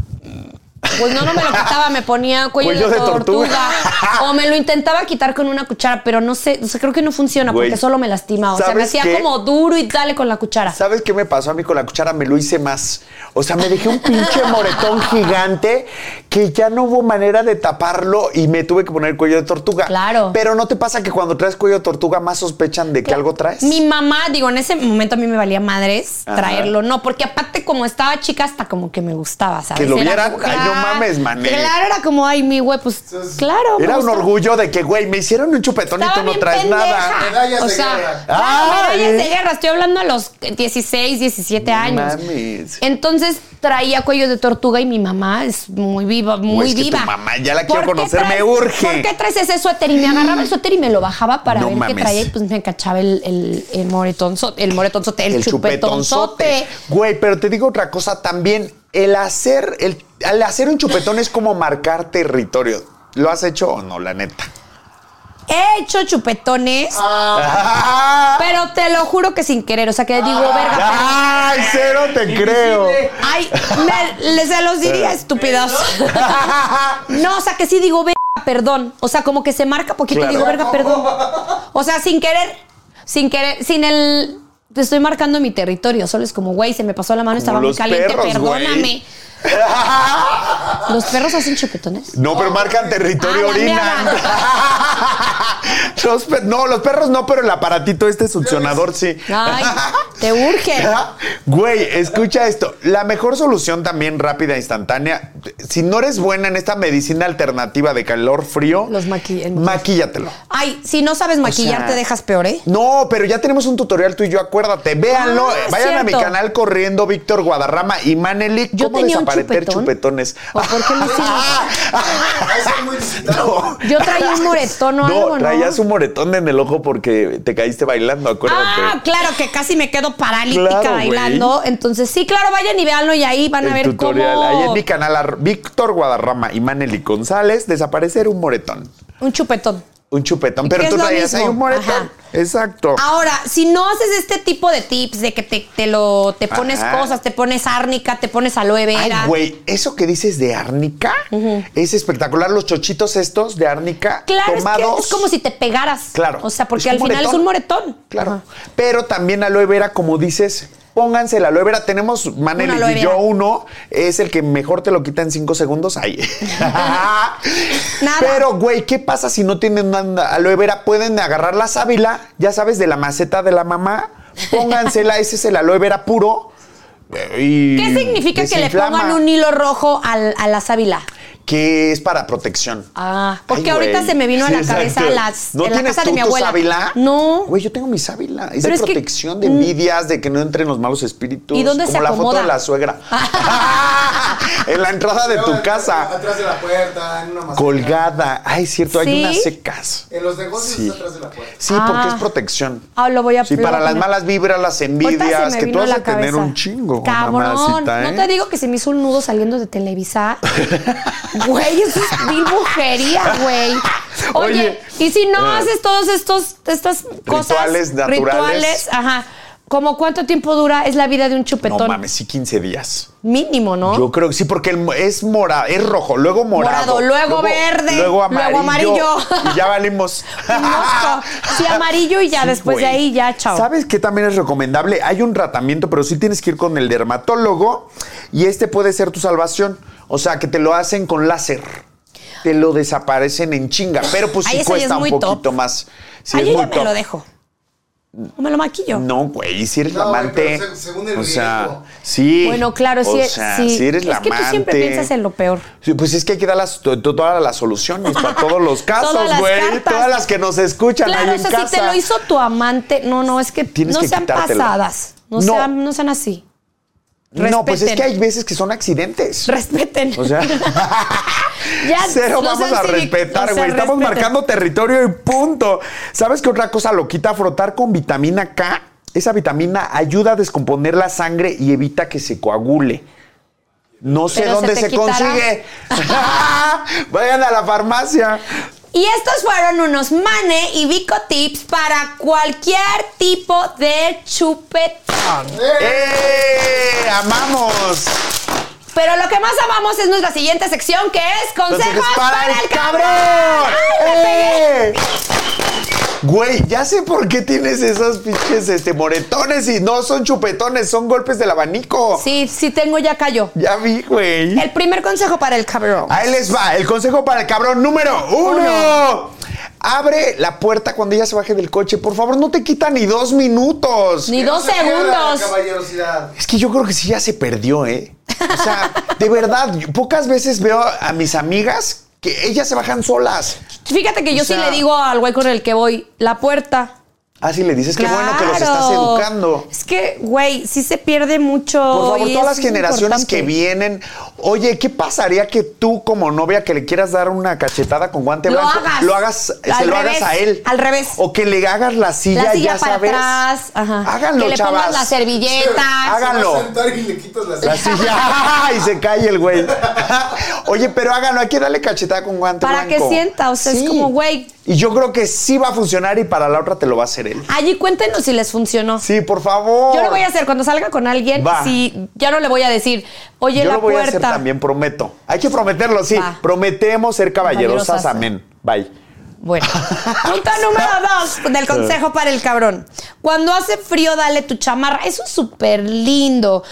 Speaker 1: pues no, no me lo quitaba, me ponía cuello,
Speaker 2: Cuello
Speaker 1: de,
Speaker 2: de tortuga.
Speaker 1: tortuga. o me lo intentaba quitar con una cuchara, pero no sé, o sea, creo que no funciona
Speaker 2: Güey,
Speaker 1: porque solo me lastima. O sea, me
Speaker 2: ¿sabes
Speaker 1: hacía
Speaker 2: qué?
Speaker 1: como duro y dale con la cuchara.
Speaker 2: ¿Sabes qué me pasó a mí con la cuchara? Me lo hice más. O sea, me dejé un pinche moretón gigante que ya no hubo manera de taparlo y me tuve que poner el cuello de tortuga.
Speaker 1: Claro.
Speaker 2: Pero ¿no te pasa que cuando traes cuello de tortuga más sospechan de que algo traes?
Speaker 1: Mi mamá, digo, en ese momento a mí me valía madres
Speaker 2: Ajá.
Speaker 1: traerlo, no, porque aparte como estaba chica hasta como que me gustaba, ¿sabes?
Speaker 2: Que lo
Speaker 1: Era
Speaker 2: vieran,
Speaker 1: como, "Ah,
Speaker 2: ay, no mames, mané.
Speaker 1: Claro, era como, ay, mi güey, pues claro. me
Speaker 2: Era un
Speaker 1: gustaba.
Speaker 2: orgullo de que, güey, me hicieron un chupetón y
Speaker 1: Estaba
Speaker 2: tú no
Speaker 1: bien
Speaker 2: traes
Speaker 1: pendeja.
Speaker 2: nada.
Speaker 3: Medallas
Speaker 1: o
Speaker 3: de
Speaker 1: sea,
Speaker 3: guerra.
Speaker 1: claro,
Speaker 2: Ah,
Speaker 1: medallas
Speaker 2: eh.
Speaker 1: de guerra. Estoy hablando a los 16, 17 años.
Speaker 2: mames.
Speaker 1: Entonces traía cuello de tortuga y mi mamá es muy viva, muy
Speaker 2: es que tu
Speaker 1: viva.
Speaker 2: mamá ya la quiero
Speaker 1: ¿Por qué
Speaker 2: conocer, me
Speaker 1: traes-
Speaker 2: urge. Mm.
Speaker 1: ¿Por qué traes ese suéter? Y me agarraba el suéter y me lo bajaba para
Speaker 2: No
Speaker 1: ver
Speaker 2: mames.
Speaker 1: qué traía y pues me cachaba el, el, el moretonzote, el moretonzote, el, chupetonzote.
Speaker 2: Güey, pero te digo otra cosa también. El hacer, el, al hacer un chupetón es como marcar territorio. ¿Lo has hecho o no, la neta?
Speaker 1: He hecho chupetones,
Speaker 3: Ah.
Speaker 1: pero te lo juro que sin querer. O sea, que digo,
Speaker 2: Ah.
Speaker 1: verga, pero-
Speaker 2: ¡Ay, cero te creo!
Speaker 1: Ay, me- le- se los diría, estúpidos. No, o sea, que sí digo, verga, perdón. O sea, como que se marca poquito
Speaker 2: Claro.
Speaker 1: y digo, verga, perdón. O sea, sin querer, sin querer, sin el... Te estoy marcando mi territorio. Solo es como, güey, se me pasó la mano, estaba muy
Speaker 2: los
Speaker 1: caliente,
Speaker 2: perros,
Speaker 1: perdóname.
Speaker 2: güey.
Speaker 1: ¿Los perros hacen chupetones?
Speaker 2: No, pero marcan territorio,
Speaker 1: Oh, Ah, la
Speaker 2: orinan. Los per- no, los perros no, pero el aparatito este succionador sí.
Speaker 1: Ay, te urge.
Speaker 2: Güey, escucha esto. La mejor solución también rápida, instantánea. Si no eres buena en esta medicina alternativa de calor frío,
Speaker 1: Los maqui- el
Speaker 2: maquíllatelo.
Speaker 1: Ay, si no sabes maquillar,
Speaker 2: sea,
Speaker 1: te dejas peor, ¿eh?
Speaker 2: No, pero ya tenemos un tutorial tú y yo, acuérdate. Véanlo.
Speaker 1: Ah,
Speaker 2: eh, Vayan a mi
Speaker 1: cierto.
Speaker 2: canal corriendo Víctor Guadarrama y Manelik.
Speaker 1: Yo
Speaker 2: ¿Cómo
Speaker 1: tenía un
Speaker 2: desaparecer
Speaker 1: chupetón.
Speaker 2: chupetones?
Speaker 1: ¿O por qué me hicieron?
Speaker 3: Va a ser muy visitado.
Speaker 1: Yo traía un moretón o
Speaker 2: no,
Speaker 1: algo, ¿no?
Speaker 2: traías un moretón en el ojo porque te caíste bailando, acuérdate.
Speaker 1: Ah, claro, que casi me quedo paralítica
Speaker 2: Claro, güey.
Speaker 1: bailando. Entonces, sí, claro, vayan y véanlo y ahí van a
Speaker 2: el
Speaker 1: ver
Speaker 2: tutorial.
Speaker 1: cómo.
Speaker 2: Ahí en mi canal, ar- Víctor Guadarrama y Manelik González, desaparecer un moretón.
Speaker 1: Un chupetón.
Speaker 2: Un chupetón,
Speaker 1: Que
Speaker 2: pero
Speaker 1: es
Speaker 2: tú
Speaker 1: lo
Speaker 2: traías ahí
Speaker 1: mismo.
Speaker 2: un moretón.
Speaker 1: Ajá.
Speaker 2: Exacto.
Speaker 1: Ahora, si no haces este tipo de tips de que te, te lo te pones
Speaker 2: Ajá.
Speaker 1: cosas, te pones árnica, te pones aloe
Speaker 2: Ay,
Speaker 1: vera.
Speaker 2: güey, eso que dices de árnica es espectacular. Los chochitos estos de árnica
Speaker 1: claro, es, que
Speaker 2: tomados.
Speaker 1: es como si te pegaras.
Speaker 2: Claro.
Speaker 1: O sea, porque
Speaker 2: Es
Speaker 1: al
Speaker 2: un
Speaker 1: final es un moretón.
Speaker 2: Claro.
Speaker 1: Ajá.
Speaker 2: Pero también aloe vera, como dices, pónganse la aloe vera. Tenemos Manel
Speaker 1: Una aloe
Speaker 2: y yo
Speaker 1: vera.
Speaker 2: uno. Es el que mejor te lo quita en cinco segundos. Ahí.
Speaker 1: Nada.
Speaker 2: Pero, güey, ¿qué pasa si no tienen una aloe vera? Pueden agarrar la sábila, ya sabes, de la maceta de la mamá. póngansela, ese es el aloe vera puro. eh, Y
Speaker 1: ¿Qué significa que le
Speaker 2: desinflama,
Speaker 1: pongan un hilo rojo al- a la sábila?
Speaker 2: Que es para protección.
Speaker 1: Ah, porque
Speaker 2: Ay,
Speaker 1: ahorita
Speaker 2: güey.
Speaker 1: se me vino a
Speaker 2: Sí,
Speaker 1: la
Speaker 2: exacto.
Speaker 1: cabeza las,
Speaker 2: ¿No
Speaker 1: en la
Speaker 2: tienes
Speaker 1: casa
Speaker 2: tú
Speaker 1: de mi
Speaker 2: tu
Speaker 1: abuela.
Speaker 2: sábila?
Speaker 1: No.
Speaker 2: Güey, yo tengo mi sábila. Es
Speaker 1: Pero es
Speaker 2: de
Speaker 1: que- mm.
Speaker 2: protección de envidias, de que no entren los malos espíritus.
Speaker 1: ¿Y dónde se
Speaker 2: Como la foto
Speaker 1: acomoda?
Speaker 2: de la suegra. en la entrada de tu casa.
Speaker 3: Ah, Atrás de la puerta, en una maceta.
Speaker 2: Colgada. Ay, es cierto,
Speaker 1: ¿Sí?
Speaker 2: hay unas secas.
Speaker 3: En los negocios
Speaker 2: Sí.
Speaker 3: está atrás de la puerta.
Speaker 2: Sí, porque es protección.
Speaker 1: Ah, lo voy a
Speaker 2: Sí,
Speaker 1: lo
Speaker 2: para
Speaker 1: voy a
Speaker 2: las
Speaker 1: poner.
Speaker 2: malas vibras, las
Speaker 1: Ahorita Pues se
Speaker 2: envidias,
Speaker 1: me
Speaker 2: que tú
Speaker 1: vino a
Speaker 2: vas
Speaker 1: la
Speaker 2: a tener
Speaker 1: cabeza.
Speaker 2: un chingo.
Speaker 1: Cabrón,
Speaker 2: mamacita, ¿eh?
Speaker 1: no te digo que se me hizo un nudo saliendo de Televisa. güey, eso es mil brujería, güey. Oye,
Speaker 2: Oye,
Speaker 1: y si no
Speaker 2: ah.
Speaker 1: haces todos estos estas cosas
Speaker 2: Rituales naturales.
Speaker 1: rituales, ajá. ¿Cómo cuánto tiempo dura es la vida de un
Speaker 2: No
Speaker 1: chupetón?
Speaker 2: mames, sí, 15 días.
Speaker 1: Mínimo, ¿no?
Speaker 2: Yo creo que sí, porque el mo- es morado, es rojo, luego morado.
Speaker 1: Morado, luego verde,
Speaker 2: Luego
Speaker 1: luego
Speaker 2: amarillo.
Speaker 1: amarillo.
Speaker 2: Y ya valimos.
Speaker 1: Un asco. Sí, amarillo y ya, después de
Speaker 2: güey.
Speaker 1: ahí ya, chao.
Speaker 2: ¿Sabes qué también es recomendable? Hay un tratamiento, pero sí tienes que ir con el dermatólogo y este puede ser tu salvación. O sea, que te lo hacen con láser. Te lo desaparecen en chinga, pero pues
Speaker 1: Ay,
Speaker 2: sí
Speaker 1: eso ya es
Speaker 2: cuesta un
Speaker 1: muy
Speaker 2: poquito
Speaker 1: top.
Speaker 2: más. Sí, es
Speaker 1: Ay, Ah, yo
Speaker 2: muy
Speaker 1: ya me
Speaker 2: top.
Speaker 1: lo dejo. O me lo maquillo.
Speaker 2: No, güey, si eres la
Speaker 3: No, güey,
Speaker 2: amante.
Speaker 3: pero se- según el
Speaker 2: o sea,
Speaker 3: riesgo.
Speaker 2: sí.
Speaker 1: Bueno, claro,
Speaker 2: O
Speaker 1: sí,
Speaker 2: sea,
Speaker 1: sí.
Speaker 2: Si eres la
Speaker 1: Es que tú siempre
Speaker 2: amante.
Speaker 1: piensas en lo peor.
Speaker 2: Sí, pues es que hay que dar las, to- to- todas las soluciones para todos los casos,
Speaker 1: Todas las
Speaker 2: güey.
Speaker 1: cartas.
Speaker 2: todas las que nos escuchan
Speaker 1: Claro,
Speaker 2: ahí
Speaker 1: o
Speaker 2: en
Speaker 1: sea,
Speaker 2: casa.
Speaker 1: si te lo hizo tu amante, no, no, es que
Speaker 2: Tienes
Speaker 1: no
Speaker 2: que
Speaker 1: sean
Speaker 2: quitártelo.
Speaker 1: pasadas. No,
Speaker 2: No.
Speaker 1: Sean, no sean así.
Speaker 2: No, pues es
Speaker 1: Respeten.
Speaker 2: que hay veces que son accidentes.
Speaker 1: Respeten.
Speaker 2: O sea,
Speaker 1: Ya,
Speaker 2: cero
Speaker 1: no
Speaker 2: vamos
Speaker 1: sean
Speaker 2: a
Speaker 1: civic-
Speaker 2: respetar,
Speaker 1: o sea,
Speaker 2: güey. Estamos
Speaker 1: respeten.
Speaker 2: marcando territorio y punto. ¿Sabes qué otra cosa lo quita? Frotar con vitamina K. Esa vitamina ayuda a descomponer la sangre y evita que se coagule. No sé
Speaker 1: Pero se
Speaker 2: dónde
Speaker 1: te
Speaker 2: se,
Speaker 1: quitará.
Speaker 2: consigue. Vayan a la farmacia.
Speaker 1: Y estos fueron unos Mane y Vico tips para cualquier tipo de
Speaker 2: Ah.
Speaker 1: chupetón.
Speaker 2: ¡Eh! ¡Amamos!
Speaker 1: Pero lo que más amamos es nuestra siguiente sección que es consejos,
Speaker 2: Consejos
Speaker 1: para, el cabrón. ¡Ay, me pegué!
Speaker 2: ¡Eh! Güey, ya sé por qué tienes esos pinches este, moretones y no son chupetones, son golpes del abanico.
Speaker 1: Sí, sí tengo, ya cayó.
Speaker 2: Ya vi, güey.
Speaker 1: El primer consejo para el cabrón.
Speaker 2: Ahí les va, el consejo para el cabrón número uno.
Speaker 1: Uno.
Speaker 2: Abre la puerta cuando ella se baje del coche. Por favor, no te quita ni dos minutos.
Speaker 1: Ni
Speaker 3: Que no
Speaker 1: dos
Speaker 3: se pierda
Speaker 1: segundos.
Speaker 3: La caballerosidad.
Speaker 2: Es que yo creo que sí ya se perdió, ¿eh? O sea, de verdad, yo pocas veces veo a mis amigas que ellas se bajan solas.
Speaker 1: Fíjate que yo
Speaker 2: O sea-
Speaker 1: sí le digo al güey con el que voy, la puerta.
Speaker 2: Así Ah, le dices, qué bueno que los estás
Speaker 1: Claro.
Speaker 2: educando.
Speaker 1: Es que, güey, sí se pierde mucho.
Speaker 2: Por favor,
Speaker 1: y
Speaker 2: todas las
Speaker 1: eso es
Speaker 2: generaciones que
Speaker 1: importante.
Speaker 2: vienen, oye, ¿qué pasaría que tú como novia que le quieras dar una cachetada con guante
Speaker 1: Lo
Speaker 2: blanco,
Speaker 1: hagas.
Speaker 2: lo hagas,
Speaker 1: Al
Speaker 2: se lo
Speaker 1: revés,
Speaker 2: hagas a él?
Speaker 1: al revés.
Speaker 2: O que le hagas la silla,
Speaker 1: La silla
Speaker 2: ya
Speaker 1: para
Speaker 2: sabes.
Speaker 1: atrás. Ajá.
Speaker 2: Háganlo,
Speaker 1: que le
Speaker 2: chavas.
Speaker 1: pongas las servilletas.
Speaker 2: Háganlo.
Speaker 3: Se va a sentar y le quitas la
Speaker 2: La
Speaker 3: silla.
Speaker 2: silla y se cae el güey. Oye, pero háganlo, hay que darle cachetada con guante
Speaker 1: Para que
Speaker 2: blanco.
Speaker 1: sienta, o sea, es como, güey.
Speaker 2: Y yo creo que sí va a funcionar y para la otra te lo va a hacer él.
Speaker 1: Allí cuéntenos si les funcionó.
Speaker 2: Sí, por favor.
Speaker 1: Yo lo voy a hacer cuando salga con alguien.
Speaker 2: Va.
Speaker 1: Si ya no le voy a decir, oye,
Speaker 2: Yo
Speaker 1: la
Speaker 2: lo voy
Speaker 1: puerta.
Speaker 2: a hacer también, prometo. Hay que prometerlo, sí.
Speaker 1: Va.
Speaker 2: Prometemos ser caballerosas.
Speaker 1: Caballerosas.
Speaker 2: Amén. Bye.
Speaker 1: Bueno, punto número dos del consejo para el cabrón. Cuando hace frío, dale tu chamarra. Eso es súper lindo.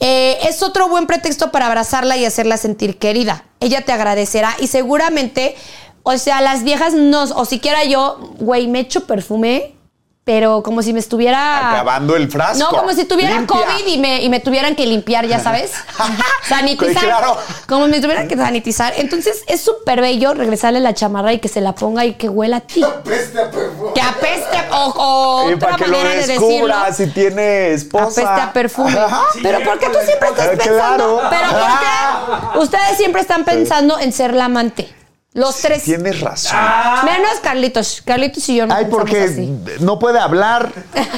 Speaker 1: Eh, es otro buen pretexto para abrazarla y hacerla sentir querida. Ella te agradecerá y seguramente, o sea, las viejas no, o siquiera yo, güey, me echo perfume, pero como si me estuviera...
Speaker 2: Acabando el frasco.
Speaker 1: Ah. No, como si tuviera
Speaker 2: Limpia.
Speaker 1: COVID y me, y me tuvieran que limpiar, ya sabes. sanitizar.
Speaker 2: Claro.
Speaker 1: Como me tuvieran que sanitizar. Entonces es súper bello regresarle la chamarra y que se la ponga y que huela a ti.
Speaker 3: Peste a perfume.
Speaker 1: Que apeste o, o
Speaker 2: Y
Speaker 1: otra
Speaker 2: para que lo
Speaker 1: manera de decirlo.
Speaker 2: descubra si tiene esposa.
Speaker 1: Apeste a perfume.
Speaker 2: Ajá.
Speaker 1: Pero
Speaker 3: Sí,
Speaker 1: ¿por qué tú
Speaker 3: pues,
Speaker 1: siempre estás
Speaker 2: eh,
Speaker 1: pensando?
Speaker 2: claro. Ah.
Speaker 1: Pero ¿por qué? Ustedes siempre están pensando en ser la amante. Los tres.
Speaker 2: Tienes razón.
Speaker 1: Menos Carlitos. Carlitos y yo no
Speaker 2: Ay,
Speaker 1: Ah, pensamos
Speaker 2: porque
Speaker 1: así.
Speaker 2: no puede hablar.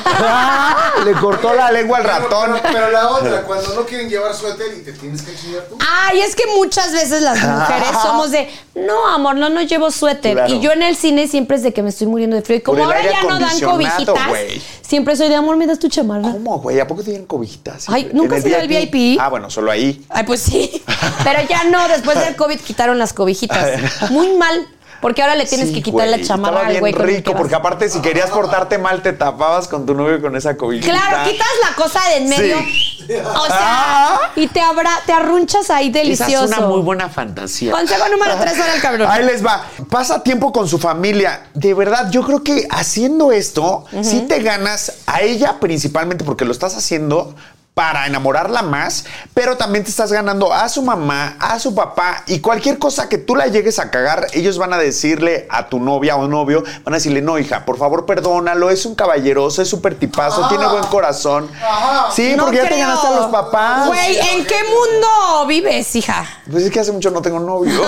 Speaker 2: Ah, Le cortó la lengua al
Speaker 3: Pero-
Speaker 2: ratón.
Speaker 3: Pero, pero la otra, cuando no quieren llevar suéter y te tienes que chingar tú.
Speaker 1: Ay, es que muchas veces las mujeres somos de, no, amor, no, no llevo suéter.
Speaker 2: Claro.
Speaker 1: Y yo en el cine siempre es de que me estoy muriendo de frío. Y
Speaker 2: Por
Speaker 1: como
Speaker 2: el
Speaker 1: ahora
Speaker 2: aire
Speaker 1: ya no dan
Speaker 2: acondicionado,
Speaker 1: cobijitas,
Speaker 2: güey.
Speaker 1: siempre soy de, amor, me das tu chamarra.
Speaker 2: ¿Cómo, güey? ¿A poco tienen cobijitas?
Speaker 1: Ay, ¿nunca
Speaker 2: ¿En
Speaker 1: has ido al VIP?
Speaker 2: Ah, bueno, solo ahí.
Speaker 1: Ay, pues sí. Pero ya no, después del COVID quitaron las cobijitas. Muy mal, porque ahora le tienes
Speaker 2: Sí,
Speaker 1: que quitar
Speaker 2: güey,
Speaker 1: la chamarra
Speaker 2: estaba
Speaker 1: al
Speaker 2: bien
Speaker 1: güey. con el que
Speaker 2: rico,
Speaker 1: vas.
Speaker 2: porque aparte si querías portarte mal, te tapabas con tu novio con esa cobijita.
Speaker 1: Claro, quitas la cosa de en medio.
Speaker 2: Sí.
Speaker 1: O sea,
Speaker 2: Ah.
Speaker 1: y te, abra, te arrunchas ahí delicioso.
Speaker 2: Esa es una muy buena fantasía.
Speaker 1: Consejo número tres para el cabrón.
Speaker 2: Ahí les va. pasa tiempo con su familia. De verdad, yo creo que haciendo esto, sí te ganas a ella principalmente porque lo estás haciendo para enamorarla más, pero también te estás ganando a su mamá, a su papá y cualquier cosa que tú la llegues a cagar, ellos van a decirle a tu novia o novio, van a decirle, no hija, por favor perdónalo, es un caballeroso, es súper tipazo, tiene buen corazón. Sí,
Speaker 1: Ah. No
Speaker 2: porque ya te
Speaker 1: creo.
Speaker 2: ganaste a los papás.
Speaker 1: Güey, ¿en qué mundo vives, hija?
Speaker 2: Pues es que hace mucho no tengo novio.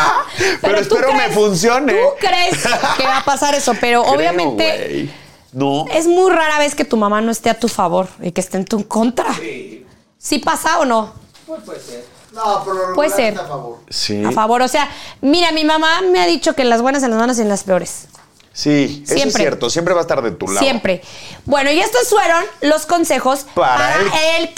Speaker 2: pero
Speaker 1: tú
Speaker 2: espero me
Speaker 1: crees-
Speaker 2: funcione.
Speaker 1: ¿Tú crees que va a pasar eso? Pero
Speaker 2: Creo,
Speaker 1: obviamente
Speaker 2: güey. No.
Speaker 1: es muy rara vez que tu mamá no esté a tu favor y que esté en tu contra. Sí. pasa o no?
Speaker 3: No, por lo
Speaker 1: Puede
Speaker 3: regular
Speaker 1: ser.
Speaker 3: está a favor.
Speaker 2: Sí.
Speaker 1: A favor. O sea, mira, mi mamá me ha dicho que en las buenas, en las malas y en las peores.
Speaker 2: Sí, eso es
Speaker 1: Siempre.
Speaker 2: cierto. Siempre va a estar de tu lado.
Speaker 1: Siempre. Bueno, y estos fueron los consejos
Speaker 2: Para, el,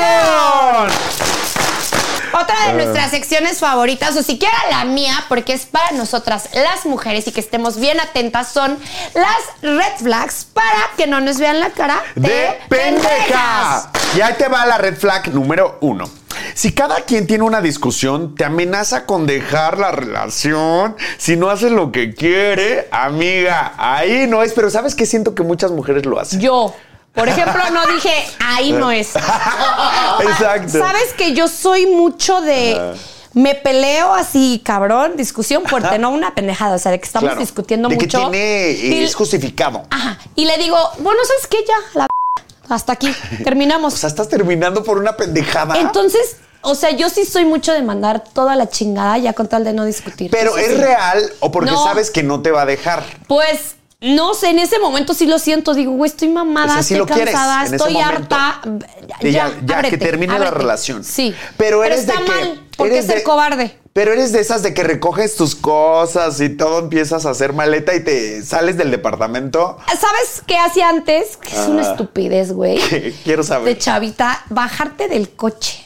Speaker 2: cabrón. Ah.
Speaker 1: Otra de nuestras secciones favoritas, o siquiera la mía, porque es para nosotras las mujeres y que estemos bien atentas, son las red flags para que no nos vean la cara de,
Speaker 2: de pendeja. Y ahí te va la red flag número uno. Si cada quien tiene una discusión, te amenaza con dejar la relación. Si no haces lo que quiere, amiga, ahí no es. Pero ¿sabes qué? Siento que muchas mujeres lo hacen.
Speaker 1: Yo. Por ejemplo, no dije, ahí no es.
Speaker 2: Exacto.
Speaker 1: Sabes que yo soy mucho de. Me peleo así, cabrón, discusión fuerte, no una pendejada. O sea, de que estamos
Speaker 2: Claro.
Speaker 1: discutiendo
Speaker 2: de
Speaker 1: mucho.
Speaker 2: Que tiene, eh,
Speaker 1: Y- Ah.
Speaker 2: es justificado.
Speaker 1: Ajá. Y le digo, bueno, ¿sabes qué? Ya, la hasta aquí, terminamos.
Speaker 2: O sea, estás terminando por una pendejada.
Speaker 1: Entonces, o sea, yo sí soy mucho de mandar toda la chingada ya con tal de no discutir.
Speaker 2: pero
Speaker 1: Eso
Speaker 2: es
Speaker 1: sí.
Speaker 2: real o porque
Speaker 1: No.
Speaker 2: sabes que no te va a dejar.
Speaker 1: Pues no sé, en ese momento sí lo siento, digo, güey, estoy mamada,
Speaker 2: O sea, sí
Speaker 1: estoy
Speaker 2: lo quieres,
Speaker 1: cansada,
Speaker 2: en ese
Speaker 1: estoy
Speaker 2: momento.
Speaker 1: harta.
Speaker 2: Y ya, ya que termine la
Speaker 1: ábrete.
Speaker 2: relación.
Speaker 1: Sí.
Speaker 2: Pero eres
Speaker 1: está
Speaker 2: de que.
Speaker 1: mal, porque
Speaker 2: eres
Speaker 1: es ser
Speaker 2: de-
Speaker 1: cobarde.
Speaker 2: Pero eres de esas de que recoges tus cosas y todo empiezas a hacer maleta y te sales del departamento.
Speaker 1: ¿Sabes qué hacía antes? Que es una estupidez, güey.
Speaker 2: Ah. ¿Qué? Quiero saber.
Speaker 1: De chavita, bajarte del coche.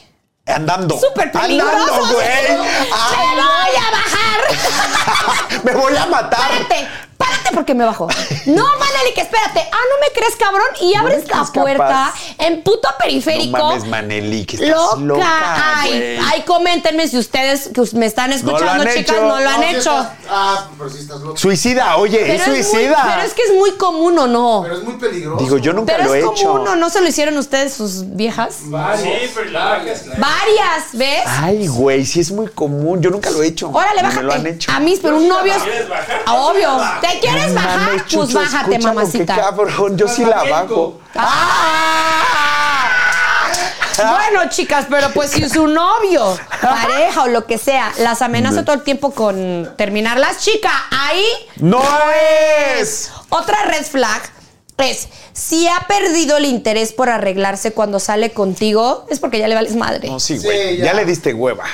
Speaker 2: Andando.
Speaker 1: Súper peligroso.
Speaker 2: Andando, güey.
Speaker 1: ¡Me voy a bajar!
Speaker 2: Ay, Me voy a matar.
Speaker 1: ¡Párate! ¡Párate porque me bajó! No, Manelik, espérate. Ah, no me crees, cabrón. Y abres
Speaker 2: me crees
Speaker 1: la puerta
Speaker 2: capaz.
Speaker 1: en puto periférico.
Speaker 2: No mames, Maneli, que estás
Speaker 1: Loca.
Speaker 2: loca,
Speaker 1: ay,
Speaker 2: güey.
Speaker 1: ay, coméntenme si ustedes que us- me están escuchando,
Speaker 2: han
Speaker 1: chicas,
Speaker 2: hecho.
Speaker 1: no lo han
Speaker 3: No, sí
Speaker 1: hecho.
Speaker 3: estás- ah, pero sí estás loco.
Speaker 2: Suicida, oye, es
Speaker 1: es muy-
Speaker 2: suicida.
Speaker 1: pero es que es muy común o no.
Speaker 3: Pero es muy peligroso.
Speaker 2: Digo, yo nunca
Speaker 1: Pero
Speaker 2: lo
Speaker 1: es
Speaker 2: he hecho.
Speaker 1: común o no se lo hicieron ustedes sus viejas.
Speaker 5: Sí, pero la verdad que es-
Speaker 1: Varias, ¿ves?
Speaker 2: Ay, güey, sí es muy común. Yo nunca lo he hecho.
Speaker 1: Órale,
Speaker 2: Ni Ah, me lo han
Speaker 1: bájate.
Speaker 2: hecho.
Speaker 1: A mí, pero un novio. es-
Speaker 5: ¿Quieres bajar?
Speaker 1: Obvio. ¿Te quieres
Speaker 2: No
Speaker 1: bajar?
Speaker 2: mames,
Speaker 1: Pues
Speaker 2: Chucho,
Speaker 1: bájate,
Speaker 2: escúchalo, Qué
Speaker 1: mamacita.
Speaker 2: cabrón, yo sí la bajo.
Speaker 1: Ah. Bueno, chicas, pero pues si su novio, pareja o lo que sea, las amenaza todo el tiempo con terminarlas, chica, ahí
Speaker 2: ¡No es!
Speaker 1: otra red flag es si ha perdido el interés por arreglarse cuando sale contigo, es porque ya le vales madre.
Speaker 2: No, sí,
Speaker 3: Sí,
Speaker 2: güey. ya.
Speaker 3: ya.
Speaker 2: le diste hueva.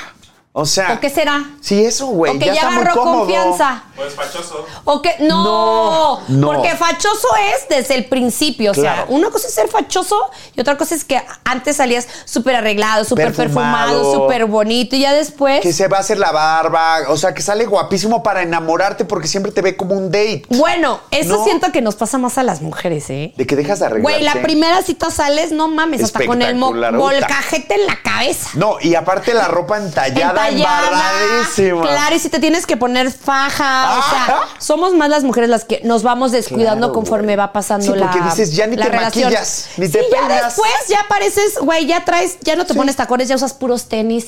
Speaker 2: O sea.
Speaker 1: ¿O qué será?
Speaker 2: Sí, eso, güey.
Speaker 1: o que
Speaker 2: pues, ya,
Speaker 1: ya,
Speaker 2: está muy
Speaker 1: agarró
Speaker 2: cómodo.
Speaker 1: confianza.
Speaker 5: Pues fachoso.
Speaker 1: O que no,
Speaker 2: No, no.
Speaker 1: porque fachoso es desde el principio. O sea,
Speaker 2: Claro.
Speaker 1: una cosa es ser fachoso y otra cosa es que antes salías súper arreglado, súper
Speaker 2: Perfumado.
Speaker 1: perfumado, súper bonito y ya después.
Speaker 2: Que se va a hacer la barba. O sea, que sale guapísimo para enamorarte porque siempre te ve como un date.
Speaker 1: Bueno, eso
Speaker 2: No.
Speaker 1: siento que nos pasa más a las mujeres, ¿eh?
Speaker 2: De que dejas de arreglarte.
Speaker 1: Güey, la primera cita sales, no mames, hasta con el mo-
Speaker 2: Espectacular, puta.
Speaker 1: molcajete en la cabeza.
Speaker 2: No, y aparte la ropa entallada, embarradísima.
Speaker 1: Claro, y si te tienes que poner faja, o
Speaker 2: Ah.
Speaker 1: sea, somos más las mujeres las que nos vamos descuidando
Speaker 2: Claro,
Speaker 1: conforme
Speaker 2: güey.
Speaker 1: va pasando
Speaker 2: Sí,
Speaker 1: la
Speaker 2: porque dices, ya ni
Speaker 1: la
Speaker 2: te
Speaker 1: relación.
Speaker 2: maquillas, ni
Speaker 1: Sí,
Speaker 2: te
Speaker 1: ya
Speaker 2: peinas.
Speaker 1: después ya pareces, güey, ya traes, ya no te pones tacones, ya usas puros tenis.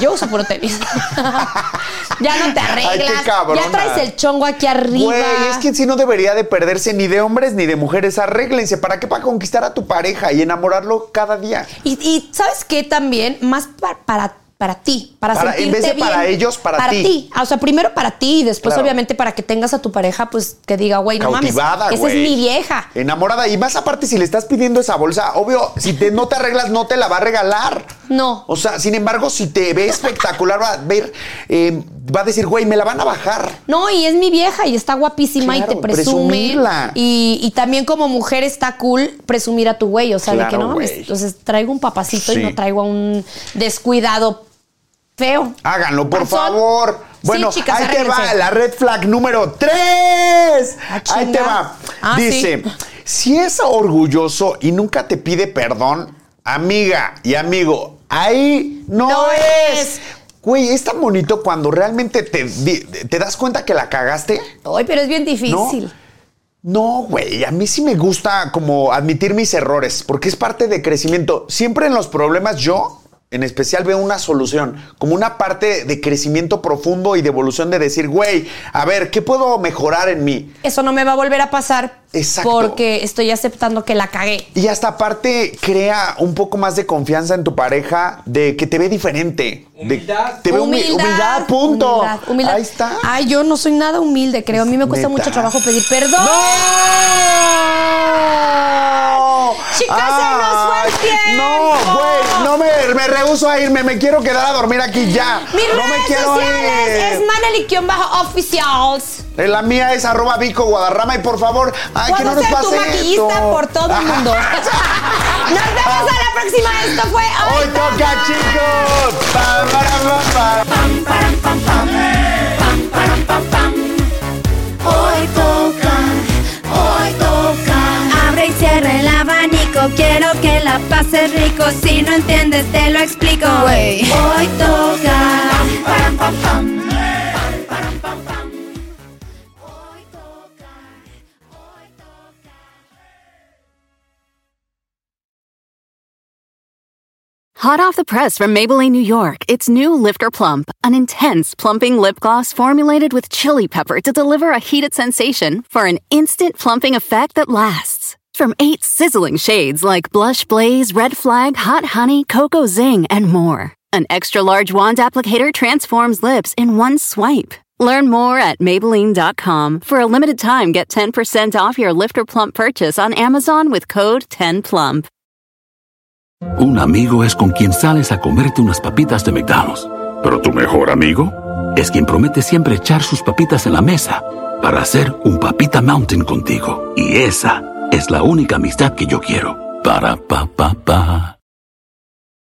Speaker 1: Yo uso puro tenis. ya no te
Speaker 2: Ay, qué
Speaker 1: arreglas.
Speaker 2: cabrona.
Speaker 1: ya traes el chongo aquí arriba.
Speaker 2: Güey, es que si no debería de perderse ni de hombres ni de mujeres. Arréglense. ¿Para qué? Para conquistar a tu pareja y enamorarlo cada día.
Speaker 1: Y, y ¿sabes qué también? Más pa- para, para ti, para,
Speaker 2: Para- en
Speaker 1: sentirte
Speaker 2: vez de
Speaker 1: bien.
Speaker 2: para ellos, para ti.
Speaker 1: Ah, O sea, primero para ti y después
Speaker 2: Claro.
Speaker 1: obviamente para que tengas a tu pareja, pues que diga, güey, no mames,
Speaker 2: Cautivada,
Speaker 1: esa es
Speaker 2: güey.
Speaker 1: mi vieja.
Speaker 2: Enamorada. Y más aparte, si le estás pidiendo esa bolsa, obvio, si te- no te arreglas, no te la va a regalar.
Speaker 1: No.
Speaker 2: O sea, sin embargo, si te ve espectacular, va a ver, eh, va a decir, güey, me la van a bajar.
Speaker 1: No, y es mi vieja y está guapísima y
Speaker 2: Claro,
Speaker 1: te presume.
Speaker 2: presumirla.
Speaker 1: Y, y también como mujer está cool presumir a tu güey, o sea, de que
Speaker 2: Claro,
Speaker 1: no mames,
Speaker 2: güey.
Speaker 1: entonces traigo un papacito
Speaker 2: Sí.
Speaker 1: y no traigo a un descuidado feo.
Speaker 2: Háganlo, por
Speaker 1: Panzón.
Speaker 2: favor.
Speaker 1: Sí,
Speaker 2: Bueno,
Speaker 1: chicas,
Speaker 2: ahí te va
Speaker 1: arréglense.
Speaker 2: la red flag número 3.
Speaker 1: Ah,
Speaker 2: ahí te
Speaker 1: chinga.
Speaker 2: va.
Speaker 1: Ah,
Speaker 2: Dice, si es orgulloso y nunca te pide perdón, amiga y amigo, ahí no,
Speaker 1: No
Speaker 2: es.
Speaker 1: es.
Speaker 2: Güey, es tan bonito cuando realmente te, di- te das cuenta que la cagaste.
Speaker 1: Ay, pero es bien difícil.
Speaker 2: No, güey, a mí sí me gusta como admitir mis errores, porque es parte de crecimiento. Siempre en los problemas yo, en especial, veo una solución, como una parte de crecimiento profundo y de evolución de decir, güey, a ver, ¿qué puedo mejorar en mí?
Speaker 1: Eso no me va a volver a pasar.
Speaker 2: Exacto.
Speaker 1: Porque estoy aceptando que la cagué.
Speaker 2: Y hasta aparte crea un poco más de confianza en tu pareja, de que te ve diferente. de-
Speaker 5: Humildad.
Speaker 2: te ve humi- humildad, punto.
Speaker 1: Humildad, humildad.
Speaker 2: Ahí está.
Speaker 1: Ay, yo no soy nada humilde, creo. A mí me cuesta
Speaker 2: Neta.
Speaker 1: mucho trabajo pedir perdón.
Speaker 2: ¡No!
Speaker 1: Chicas, se nos fue el tiempo.
Speaker 2: No, güey, no me, me rehuso a irme, me quiero quedar a dormir aquí ya.
Speaker 1: Mis
Speaker 2: no me
Speaker 1: redes
Speaker 2: quiero
Speaker 1: sociales
Speaker 2: ir.
Speaker 1: es Maneli-Officials.
Speaker 2: Eh, La mía es arroba Vico Guadarrama y por favor, ay, que
Speaker 1: Puedo
Speaker 2: no nos
Speaker 1: ser tu
Speaker 2: pase
Speaker 1: maquillista
Speaker 2: esto.
Speaker 1: por todo el mundo. nos vemos a la próxima. Esto fue Hoy,
Speaker 2: Hoy toca, chicos. Pa, para, pa, pa.
Speaker 4: Hoy toca, hoy toca. Abre y cierra el abanico, quiero que la pases rico. Si no entiendes, te lo explico. Hoy toca. Hoy toca, hoy toca.
Speaker 6: Hot off the press from Maybelline, New York, it's new Lifter Plump, an intense plumping lip gloss formulated with chili pepper to deliver a heated sensation for an instant plumping effect that lasts. From eight sizzling shades like Blush Blaze, Red Flag, Hot Honey, Cocoa Zing, and more. An extra large wand applicator transforms lips in one swipe. Learn more at Maybelline.com. For a limited time, get 10% off your Lifter Plump purchase on Amazon with code 10PLUMP.
Speaker 7: Un amigo es con quien sales a comerte unas papitas de McDonald's. Pero tu mejor amigo es quien promete siempre echar sus papitas en la mesa para hacer un papita mountain contigo. Y esa es la única amistad que yo quiero. Para pa pa pa.